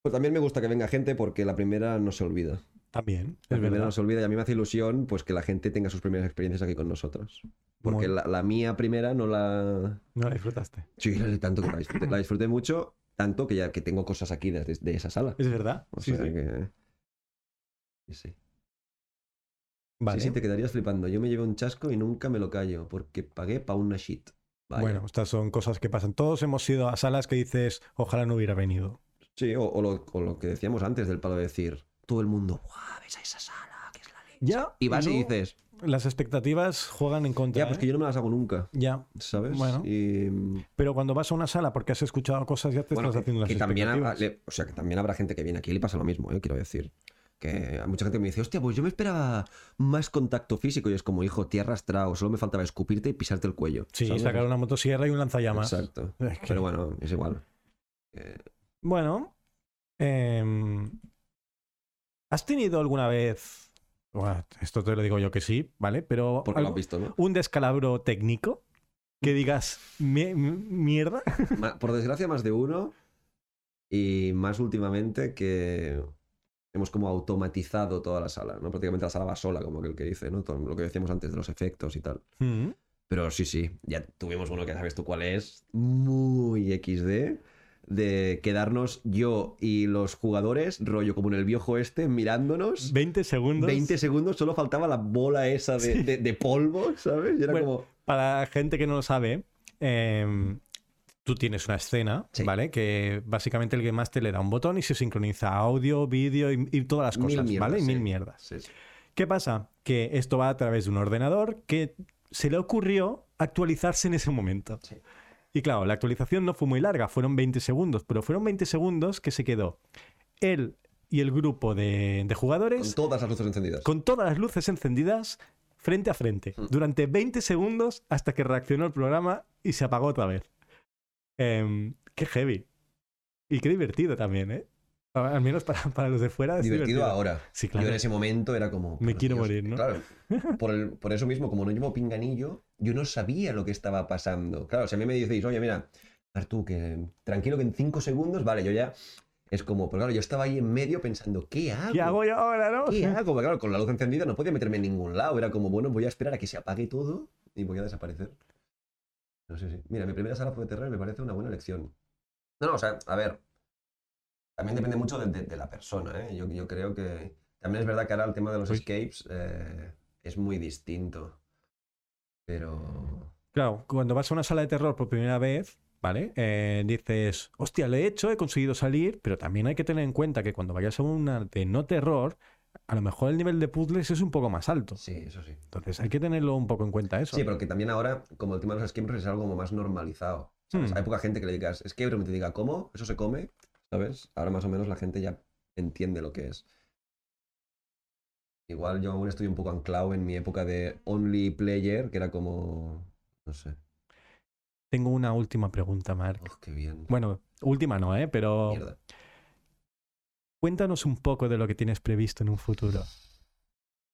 S3: Pero también me gusta que venga gente porque la primera no se olvida.
S2: También.
S3: La
S2: Es
S3: primera
S2: verdad.
S3: no se olvida y a mí me hace ilusión pues que la gente tenga sus primeras experiencias aquí con nosotros. Porque
S2: Muy-
S3: la, la mía primera no la...
S2: No la disfrutaste.
S3: Sí, la tanto que la disfruté, la disfruté mucho, tanto que ya que tengo cosas aquí desde de esa sala.
S2: Es verdad.
S3: O
S2: sí,
S3: sea
S2: sí.
S3: que... Sí, sí.
S2: Vale.
S3: Sí, sí, te quedarías flipando. Yo me llevé un chasco y nunca me lo callo, porque pagué pa' una shit. Vaya.
S2: Bueno, estas son cosas que pasan. Todos hemos ido a salas que dices, ojalá no hubiera venido.
S3: Sí, o, o lo, o lo que decíamos antes del palo de decir, todo el mundo, ¡guau! ¿Ves a esa sala? Que es la leche".
S2: Ya.
S3: Y vas y
S2: no,
S3: dices,
S2: Las expectativas juegan en contra.
S3: ya, pues
S2: ¿eh?
S3: que yo no me las hago nunca,
S2: Ya.
S3: ¿sabes?
S2: Bueno.
S3: Y, mm,
S2: Pero cuando vas a una sala porque has escuchado cosas, ya te
S3: bueno,
S2: estás
S3: que,
S2: haciendo las
S3: que también habrá,
S2: expectativas.
S3: le- o sea, que también habrá gente que viene aquí y le pasa lo mismo, ¿eh? quiero decir. Que hay
S2: Mm.
S3: mucha gente que me dice, hostia, pues yo me esperaba más contacto físico y es como, hijo, te he arrastrado, solo me faltaba escupirte y pisarte el cuello.
S2: Sí,
S3: ¿sabes?
S2: sacar una motosierra y un lanzallamas.
S3: Exacto.
S2: Es que-
S3: Pero bueno, es igual. Eh,
S2: Bueno, em, ¿has tenido alguna vez, Buah, esto te lo digo yo que sí, ¿vale? Pero
S3: Porque lo
S2: algo-
S3: has visto, Mm. ¿no?
S2: un descalabro técnico que digas "Mie- mierda.
S3: Ma- Por desgracia, más de uno. Y más últimamente que hemos como automatizado toda la sala, ¿no? Prácticamente la sala va sola, como aquel que dice, ¿no? Todo lo que decíamos antes de los efectos y tal.
S2: Mm,
S3: Pero sí, sí, ya tuvimos uno que sabes tú cuál es, muy XD, de quedarnos yo y los jugadores, rollo como en el viejo este, mirándonos.
S2: 20 segundos.
S3: 20 segundos, solo faltaba la bola esa de,
S2: Sí.
S3: de- de polvo, ¿sabes? Y era
S2: Bueno,
S3: como...
S2: Para la gente que no lo sabe, em, tú tienes una escena,
S3: Sí.
S2: ¿vale? Que básicamente el Game Master le da un botón y se sincroniza audio, vídeo y, y todas las
S3: Mil
S2: cosas,
S3: mierdas,
S2: ¿vale? Y mil
S3: sí.
S2: mierdas.
S3: Sí, sí.
S2: ¿Qué pasa? Que esto va a través de un ordenador que se le ocurrió actualizarse en ese momento.
S3: Sí.
S2: Y claro, la actualización no fue muy larga, fueron 20 segundos, pero fueron 20 segundos que se quedó él y el grupo de, de
S3: Con
S2: jugadores
S3: todas las Mm. luces encendidas.
S2: con todas las luces encendidas frente a frente durante 20 segundos hasta que reaccionó el programa y se apagó otra vez. Em, qué heavy. Y qué divertido también, ¿eh? A- Al menos para, para los de fuera. Es
S3: divertido,
S2: divertido,
S3: ahora.
S2: Sí, claro.
S3: Yo en ese momento era como.
S2: Me
S3: pero
S2: quiero morir, ¿no? <laughs>
S3: Claro. Por, el- por eso mismo, como no llevo pinganillo, yo no sabía lo que estaba pasando. Claro, si a mí me decís, oye, mira, Artú, que tranquilo que en cinco segundos, vale, yo ya. Es como, pero claro, yo estaba ahí en medio pensando, ¿qué hago?
S2: ¿Qué hago yo ahora, no?
S3: ¿Qué hago? Porque claro, con la luz encendida no podía meterme en ningún lado. Era como, bueno, voy a esperar a que se apague todo y voy a desaparecer. No sé, sí. Mira, mi primera sala fue de terror y me parece una buena elección. No, no, o sea, a ver. También depende mucho de, de- de la persona, ¿eh? Yo, yo creo que. También es verdad que ahora el tema de los
S2: Uy.
S3: escapes eh, es muy distinto. Pero.
S2: Claro, cuando vas a una sala de terror por primera vez, ¿vale? Eh, dices, hostia, lo he hecho, he conseguido salir, pero también hay que tener en cuenta que cuando vayas a una de no terror, a lo mejor el nivel de puzzles es un poco más alto.
S3: Sí, eso sí.
S2: Entonces hay que tenerlo un poco en cuenta eso.
S3: Sí, pero que también ahora, como el tema de los escape rooms es algo como más normalizado. ¿sabes?
S2: Hmm.
S3: Hay poca gente que le digas escape room y te diga, ¿cómo? ¿Eso se come? ¿Sabes? Ahora más o menos la gente ya entiende lo que es. Igual yo aún estoy un poco anclado en mi época de only player, que era como... No sé.
S2: Tengo una última pregunta, Mark.
S3: Oh, qué bien.
S2: Bueno, última no, ¿eh? Pero
S3: Mierda.
S2: cuéntanos un poco de lo que tienes previsto en un futuro.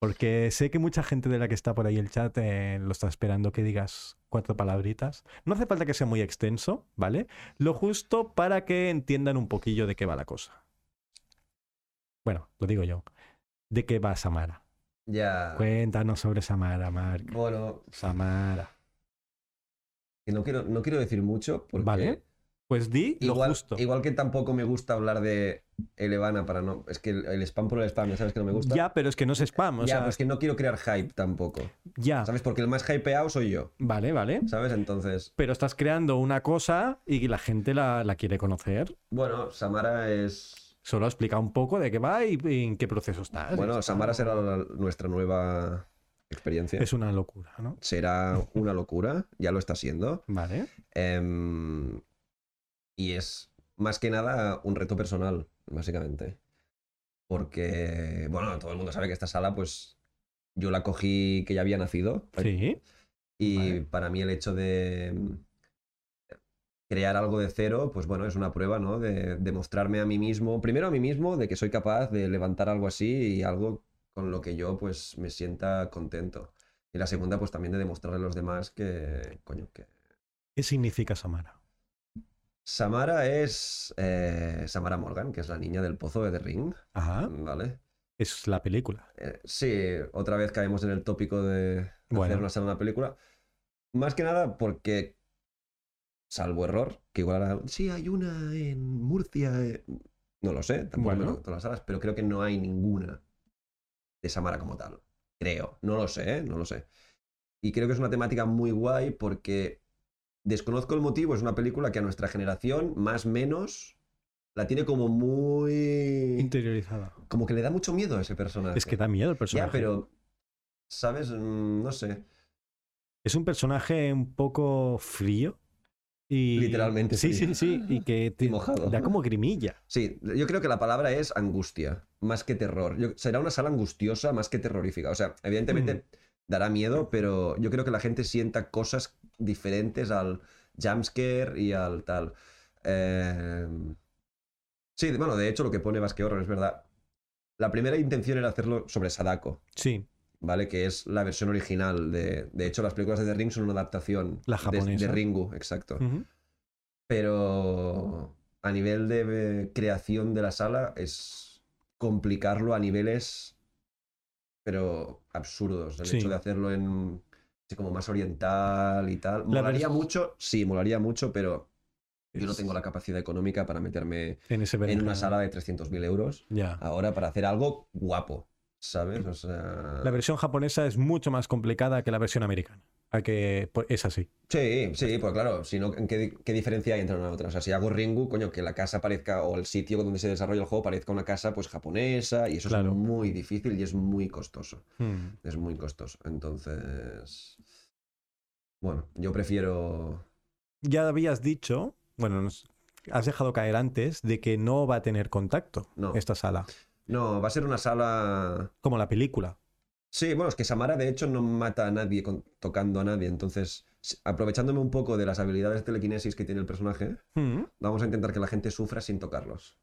S2: Porque sé que mucha gente de la que está por ahí el chat eh, lo está esperando que digas cuatro palabritas. No hace falta que sea muy extenso, ¿vale? Lo justo para que entiendan un poquillo de qué va la cosa. Bueno, lo digo yo. ¿De qué va Samara?
S3: Ya...
S2: Cuéntanos sobre Samara, Mark.
S3: Bueno,
S2: Samara.
S3: que no quiero, no quiero decir mucho porque...
S2: Vale. Pues di
S3: Igual,
S2: lo justo.
S3: igual que tampoco me gusta hablar de Elevana para no... Es que el, el spam por el spam, ya sabes que no me gusta.
S2: Ya, pero es que no es spam. O
S3: Ya,
S2: sea,
S3: pero es que no quiero crear hype tampoco.
S2: ya.
S3: ¿Sabes? Porque el más hypeado soy yo,
S2: Vale, vale.
S3: ¿sabes? Entonces,
S2: pero estás creando una cosa y la gente la, la quiere conocer.
S3: bueno, Samara es...
S2: Solo explica un poco de qué va y, y en qué proceso está.
S3: Bueno,
S2: Está-
S3: Samara será la- nuestra nueva experiencia.
S2: Es una locura, ¿no?
S3: Será una locura, ya lo está siendo.
S2: Vale.
S3: Em, y es más que nada un reto personal, básicamente. Porque, bueno, todo el mundo sabe que esta sala, pues, yo la cogí que ya había nacido,
S2: Sí.
S3: Y
S2: Vale.
S3: para mí el hecho de mm, crear algo de cero, pues bueno, es una prueba, ¿no? De demostrarme a mí mismo, primero a mí mismo, de que soy capaz de levantar algo así y algo con lo que yo pues me sienta contento. Y la segunda, pues también de demostrarle a los demás que, coño, que...
S2: ¿Qué significa Samara?
S3: Samara es eh, Samara Morgan, que es la niña del pozo de The Ring,
S2: Ajá.
S3: ¿vale?
S2: Ah, Es la película.
S3: Eh, sí, otra vez caemos en el tópico de
S2: Bueno.
S3: hacer una sala, una película. Más que nada porque, salvo error, que igual ahora, sí, hay una en Murcia. eh, No lo sé, tampoco me
S2: Bueno.
S3: conozco todas las salas, pero creo que no hay ninguna de Samara como tal. Creo, no lo sé, ¿eh? no lo sé. Y creo que es una temática muy guay porque desconozco el motivo, es una película que a nuestra generación, más menos, la tiene como muy...
S2: Interiorizada.
S3: Como que le da mucho miedo a ese personaje.
S2: Es que da miedo el personaje.
S3: Ah, Ya, pero. ¿Sabes? Mm, No sé.
S2: Es un personaje un poco frío. Y...
S3: Literalmente
S2: Sí, sí,
S3: frío.
S2: sí. Y que te-
S3: Y mojado.
S2: da como grimilla.
S3: Sí, yo creo que la palabra es angustia, más que terror. Yo- será una sala angustiosa más que terrorífica. O sea,
S2: Mm.
S3: evidentemente dará miedo, pero yo creo que la gente sienta cosas diferentes al jumpscare y al tal. Eh, Sí, bueno, de hecho lo que pone Basque Horror es verdad. La primera intención era hacerlo sobre Sadako,
S2: Sí.
S3: ¿vale? Que es la versión original. De, de hecho, las películas de The Ring son una adaptación
S2: La
S3: de-
S2: japonesa.
S3: de Ringu, exacto.
S2: Ujú.
S3: pero a nivel de eh, creación de la sala es complicarlo a niveles pero absurdos. El
S2: Sí.
S3: hecho de hacerlo en así como más oriental y tal.
S2: La
S3: Molaría
S2: vers-
S3: mucho, sí, molaría mucho, pero yo no
S2: Es-
S3: tengo la capacidad económica para meterme
S2: En ese
S3: en una
S2: berenjena.
S3: sala de 300.000 euros
S2: Ya.
S3: ahora para hacer algo guapo, ¿sabes? O sea...
S2: La versión japonesa es mucho más complicada que la versión americana. a que pues, es así.
S3: Sí, sí, pues claro, si no, ¿en ¿qué, di- qué diferencia hay entre una y otra? O sea, si hago Ringu, coño, que la casa parezca, o el sitio donde se desarrolla el juego parezca una casa pues japonesa, y eso
S2: Claro.
S3: es muy difícil y es muy costoso.
S2: Hmm.
S3: Es muy costoso. Entonces. Bueno, yo prefiero.
S2: Ya habías dicho, bueno, nos has dejado caer antes de que no va a tener contacto
S3: No.
S2: esta sala,
S3: No, va a ser una sala.
S2: como la película.
S3: Sí, bueno, es que Samara de hecho no mata a nadie con- tocando a nadie, entonces s- aprovechándome un poco de las habilidades de telequinesis que tiene el personaje,
S2: Hmm.
S3: vamos a intentar que la gente sufra sin tocarlos.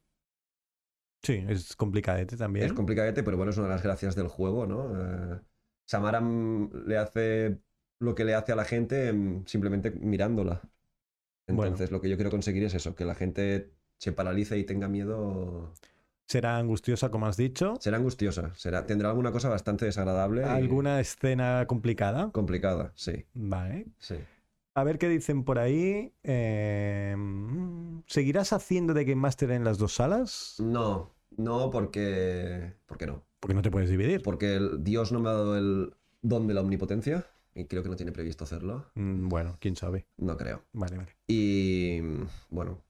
S2: Sí, es complicadete también.
S3: Es complicadete, pero bueno, es una de las gracias del juego, ¿no? Eh, Samara mm, le hace lo que le hace a la gente mm, simplemente mirándola.
S2: Bueno.
S3: Entonces, lo que yo quiero conseguir es eso, que la gente se paralice y tenga miedo.
S2: Será angustiosa, como has dicho.
S3: Será angustiosa, será, tendrá alguna cosa bastante desagradable. y
S2: ¿Alguna escena complicada?
S3: Complicada, sí,
S2: Vale.
S3: sí.
S2: A ver qué dicen por ahí. Eh, ¿Seguirás haciendo de Game Master en las dos
S3: Mm.
S2: salas?
S3: No, no, porque. Porque no.
S2: Porque no te puedes dividir.
S3: Porque el Dios no me ha dado el don de la omnipotencia. Y creo que no tiene previsto hacerlo.
S2: Mm, Bueno, quién sabe.
S3: No creo.
S2: Vale, vale.
S3: Y mm, bueno,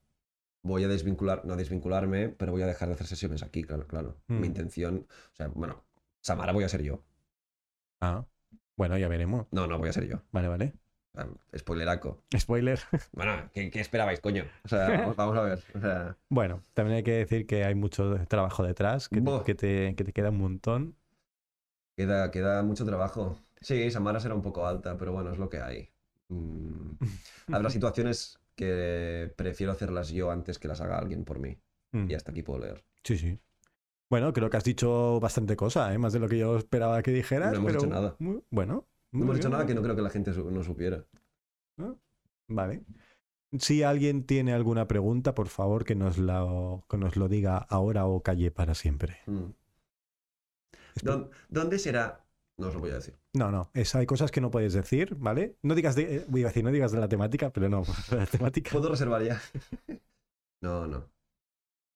S3: voy a desvincular, no desvincularme, pero voy a dejar de hacer sesiones aquí, claro, claro.
S2: Mm.
S3: Mi intención, o sea, bueno, Samara voy a ser yo.
S2: Ah, bueno, ya veremos.
S3: No, no, voy a ser yo.
S2: Vale, vale.
S3: Ah, Spoileraco.
S2: Spoiler.
S3: Bueno, ¿qué, qué esperabais, coño? O sea, vamos, vamos a ver. O sea,
S2: Bueno, también hay que decir que hay mucho de- trabajo detrás, que, te-
S3: Buah.
S2: que te, que te queda un montón.
S3: queda, queda mucho trabajo. Sí, Samara será un poco alta, pero bueno, es lo que hay.
S2: <laughs>
S3: Mm, Habrá situaciones que prefiero hacerlas yo antes que las haga alguien por mí.
S2: Mm,
S3: Y hasta aquí puedo leer.
S2: Sí, sí. Bueno, creo que has dicho bastante cosa, ¿eh? más de lo que yo esperaba que dijeras.
S3: No hemos
S2: pero
S3: dicho nada.
S2: muy- bueno.
S3: No
S2: muy
S3: hemos dicho
S2: bien.
S3: nada que no creo que la gente su- no supiera.
S2: Vale. Si alguien tiene alguna pregunta, por favor, que nos, la, que nos lo diga ahora o calle para siempre.
S3: Mm.
S2: Espe-
S3: ¿Dó- ¿Dónde será? No os lo voy a decir.
S2: No, no, es- hay cosas que no puedes decir, ¿vale? No digas de, eh, iba a decir, no digas de la temática, pero no, <laughs> de la temática.
S3: ¿Puedo reservar
S2: <laughs>
S3: ya? no, no.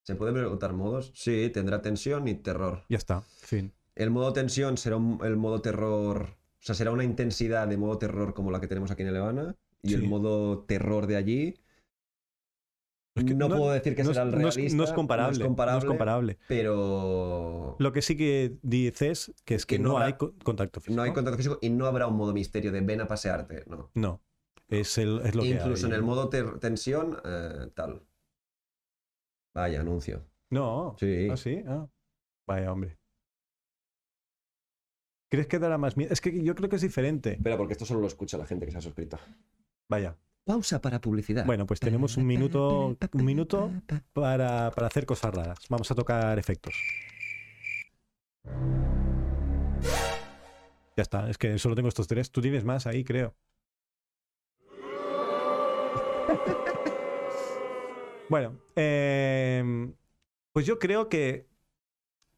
S3: ¿Se pueden preguntar modos? Sí, tendrá tensión y terror.
S2: Ya está, fin.
S3: El modo tensión será un- el modo terror. O sea, será una intensidad de modo terror como la que tenemos aquí en Elevana. Y el
S2: Sí.
S3: modo terror de allí.
S2: Es que
S3: no, puedo decir que
S2: no es-
S3: será el
S2: no es-
S3: realista.
S2: no es comparable. No es comparable.
S3: Pero.
S2: Lo que sí que dices que es que,
S3: Que
S2: no,
S3: no habrá-
S2: hay co- contacto físico.
S3: No hay contacto físico y no habrá un modo misterio de ven a pasearte. No.
S2: No. Es, el, es lo que
S3: Incluso
S2: hay.
S3: en el modo ter- tensión, eh, tal. Vaya, anuncio.
S2: No.
S3: Sí.
S2: ¿Ah, sí? Ah. Vaya, hombre. ¿Crees que dará más miedo? Es que yo creo que es diferente.
S3: Espera, porque esto solo lo escucha la gente que se ha suscrito.
S2: Vaya.
S3: Pausa para publicidad.
S2: Bueno, pues tenemos un minuto, un minuto para, para hacer cosas raras. Vamos a tocar efectos. Ya está, es que solo tengo estos tres. Tú tienes más ahí, creo. <laughs> Bueno, eh, pues yo creo que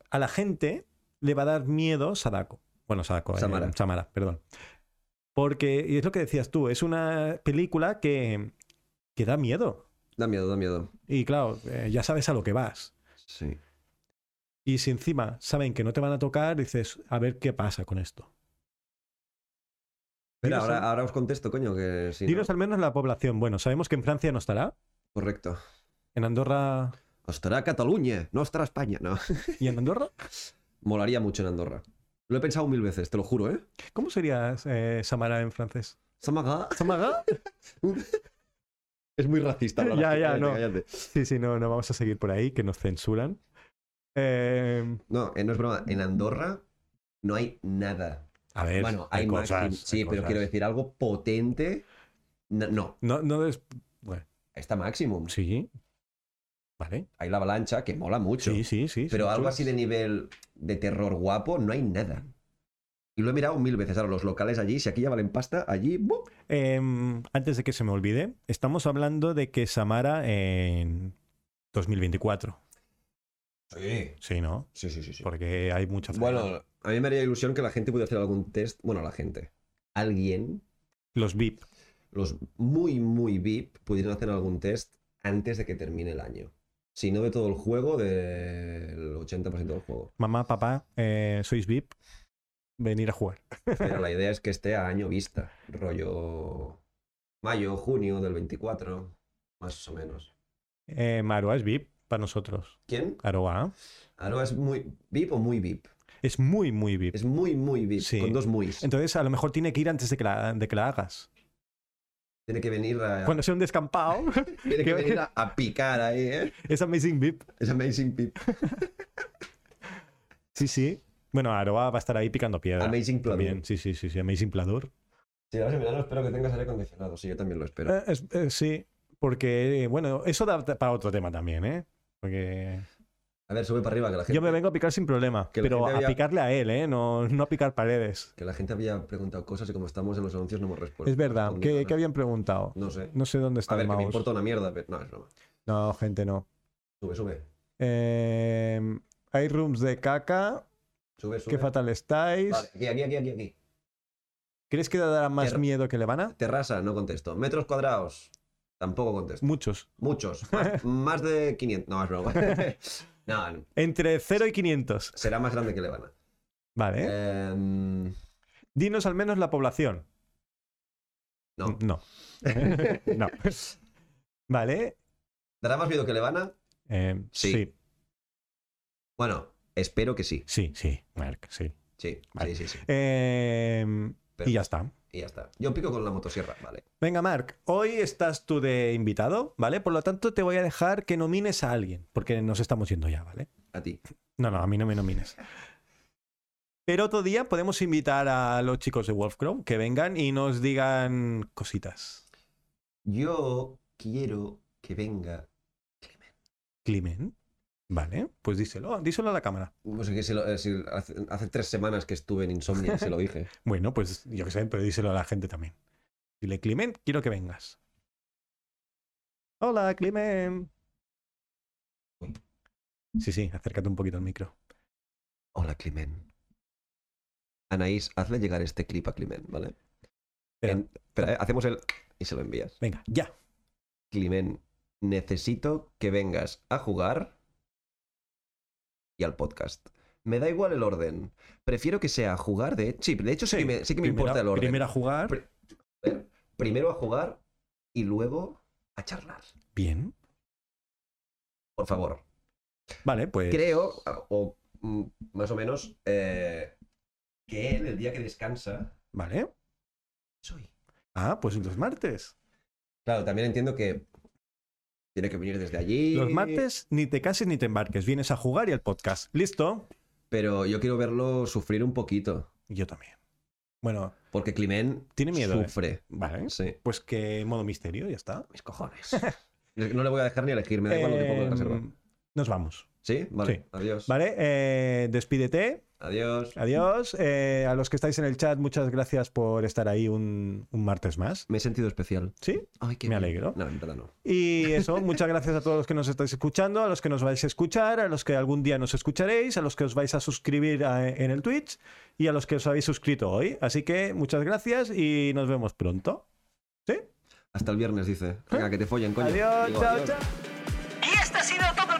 S2: a la gente le va a dar miedo Sadako. Bueno, Sadako, eh,
S3: Samara.
S2: Samara, perdón. Porque, y es lo que decías tú, es una película que, que da miedo.
S3: Da miedo, da miedo.
S2: Y claro, eh, ya sabes a lo que vas.
S3: Sí.
S2: Y si encima saben que no te van a tocar, dices, a ver qué pasa con esto.
S3: Espera,
S2: Dinos al-
S3: ahora, ahora os contesto, coño, que sí. ¿no?
S2: Dinos al menos la población. Bueno, sabemos que en Francia no estará.
S3: Correcto.
S2: En Andorra.
S3: Estará Cataluña, no estará España, no. <laughs>
S2: ¿Y en Andorra?
S3: Molaría mucho en Andorra. Lo he pensado mil veces, te lo juro, ¿eh?
S2: ¿Cómo sería eh, Samara en francés?
S3: Samaga.
S2: ¿Samaga?
S3: <laughs> Es muy racista. ahora,
S2: Ya, ya,
S3: cállate,
S2: no.
S3: cállate.
S2: Sí, sí, no, no vamos a seguir por ahí, que nos censuran. Eh,
S3: No, eh, no es broma. En Andorra no hay nada.
S2: a ver,
S3: bueno, hay,
S2: cosas.
S3: máxim-
S2: hay
S3: Sí, pero
S2: cosas.
S3: quiero decir algo potente. No, no,
S2: No, no des-
S3: está Maximum.
S2: Sí. Vale.
S3: Hay la avalancha que mola mucho.
S2: Sí, sí, sí.
S3: Pero
S2: son
S3: algo
S2: chulas.
S3: así de nivel de terror guapo, no hay nada. Y lo he mirado mil veces. Ahora, los locales allí, si aquí ya valen pasta, allí. ¡bu!
S2: Em, antes de que se me olvide, estamos hablando de que Samara en 2024.
S3: Sí,
S2: Sí, ¿no?
S3: sí, sí, sí. sí.
S2: Porque hay mucha faena.
S3: Bueno, a mí me haría ilusión que la gente pudiera hacer algún test. Bueno, la gente. Alguien,
S2: Los VIP.
S3: los muy, muy VIP, pudieran hacer algún test antes de que termine el año. Si no de todo el juego, del 80% del juego.
S2: Mamá, papá, eh, ¿sois VIP? venir a jugar.
S3: Pero la idea es que esté a año vista, rollo mayo, junio del 24, más o menos.
S2: Eh, Maroa es VIP para nosotros.
S3: ¿Quién?
S2: Aroa
S3: Aroa es muy VIP o muy VIP.
S2: es muy, muy VIP.
S3: Es muy, muy VIP,
S2: Sí.
S3: con dos muys.
S2: Entonces, a lo mejor tiene que ir antes de que la, de que la hagas.
S3: Tiene que venir a,
S2: Cuando sea un descampado, <laughs>
S3: tiene que
S2: que-
S3: venir a, a picar ahí, ¿eh?
S2: es Amazing VIP.
S3: Es Amazing VIP.
S2: Sí, sí. Bueno, Aroa va a estar ahí picando piedra.
S3: Amazing Plan.
S2: Ah, También, sí, sí, sí, sí. Amazing Plador.
S3: Si ahora en verano espero que tengas aire acondicionado. Sí, yo también lo espero.
S2: Eh, es- eh, sí, porque, eh, bueno, eso da para otro tema también, ¿eh? Porque
S3: A ver, sube para arriba que la gente...
S2: yo me vengo a picar sin problema,
S3: que la
S2: pero
S3: gente
S2: a
S3: había-
S2: picarle a él, ¿eh? No, no a picar paredes.
S3: Que la gente había preguntado cosas y como estamos en los anuncios no hemos respondido.
S2: Es verdad, ¿qué, qué habían preguntado?
S3: No sé.
S2: No sé dónde
S3: A
S2: está
S3: ver,
S2: el
S3: que me
S2: mouse.
S3: importa una mierda, pero no, es broma.
S2: No, gente, no.
S3: Sube, sube.
S2: Eh, hay rooms de caca.
S3: Sube, sube.
S2: Qué fatal estáis.
S3: Vale, aquí, aquí, aquí, aquí, aquí.
S2: ¿Crees que dará más
S3: Qué-
S2: miedo que Levana?
S3: Terrasa, no contesto. Metros cuadrados, tampoco contesto.
S2: Muchos.
S3: Muchos.
S2: <laughs>
S3: Más, más de 500. No, es broma. <laughs> no, no.
S2: Entre 0 y 500.
S3: será más grande que Levana.
S2: Vale.
S3: Eh, mm,
S2: Dinos al menos la población. Mm,
S3: no.
S2: No. <laughs> No. Vale.
S3: ¿Dará más miedo que Levana?
S2: eh,
S3: Sí.
S2: sí.
S3: Bueno, espero que sí.
S2: Sí, sí, Mark, sí.
S3: Sí,
S2: Vale.
S3: sí, sí, sí.
S2: Em,
S3: Pero-
S2: Y ya está.
S3: Y ya está. Yo pico con la motosierra, vale.
S2: Venga, Mark, hoy estás tú de invitado, ¿vale? Por lo tanto, te voy a dejar que nomines a alguien, porque nos estamos yendo ya, ¿vale?
S3: A ti.
S2: No, no, a mí no me nomines. Pero otro día podemos invitar a los chicos de Wolfcrow que vengan y nos digan cositas.
S3: Yo quiero que venga.
S2: Climent, ¿vale? Pues díselo, díselo a la cámara.
S3: No sé qué, si lo- eh, si hace, hace tres semanas que estuve en Insomnia, se
S2: <laughs>
S3: lo dije.
S2: Bueno, pues yo qué sé, pero díselo a la gente también. Dile, Climent, quiero que vengas. Hola, Climent.
S3: Mm.
S2: Sí, sí, acércate un poquito al micro.
S3: Hola, Climen. Anaís, hazle llegar este clip a Climen, ¿vale?
S2: Espera.
S3: En- espera, eh, hacemos el y se lo envías.
S2: Venga, ya.
S3: Climen, necesito que vengas a jugar y al podcast. Me da igual el orden. Prefiero que sea jugar de. Sí, de hecho sí, que me, sí que me
S2: primero-
S3: importa el orden.
S2: Primero a jugar.
S3: Pri- Joder, Primero a jugar y luego a charlar.
S2: Bien.
S3: Por favor.
S2: Vale, pues.
S3: Creo, o mm, más o menos, eh, que él el día que descansa
S2: Vale.
S3: soy.
S2: Ah, pues los martes.
S3: Claro, también entiendo que tiene que venir desde allí.
S2: Los martes ni te cases ni te embarques. Vienes a jugar y al podcast. ¿Listo?
S3: Pero yo quiero verlo sufrir un poquito.
S2: Yo también. Bueno,
S3: Porque Climent
S2: Tiene miedo, ¿eh?
S3: sufre.
S2: vale.
S3: Sí.
S2: Pues que modo misterio, ya está.
S3: Mis cojones. <laughs> Es que no le voy a dejar ni elegir, me da igual lo que pongo en
S2: Em,
S3: reserva.
S2: nos vamos.
S3: ¿Sí? Vale.
S2: sí.
S3: Adiós.
S2: Vale, eh, despídete.
S3: Adiós.
S2: Adiós. Eh, a los que estáis en el chat, muchas gracias por estar ahí un, un martes más.
S3: Me he sentido especial.
S2: Sí,
S3: Ay, qué
S2: me
S3: bien.
S2: alegro.
S3: No, en verdad no.
S2: Y eso, muchas gracias a todos los que nos estáis escuchando, a los que nos vais a escuchar, a los que algún día nos escucharéis, a los que os vais a suscribir a- en el Twitch y a los que os habéis suscrito hoy. Así que muchas gracias y nos vemos pronto. ¿Sí?
S3: Hasta el viernes, dice. Venga, que te follen, coño.
S2: Adiós,
S3: Digo,
S2: chao,
S3: adiós.
S2: chao.
S1: Y este ha sido todo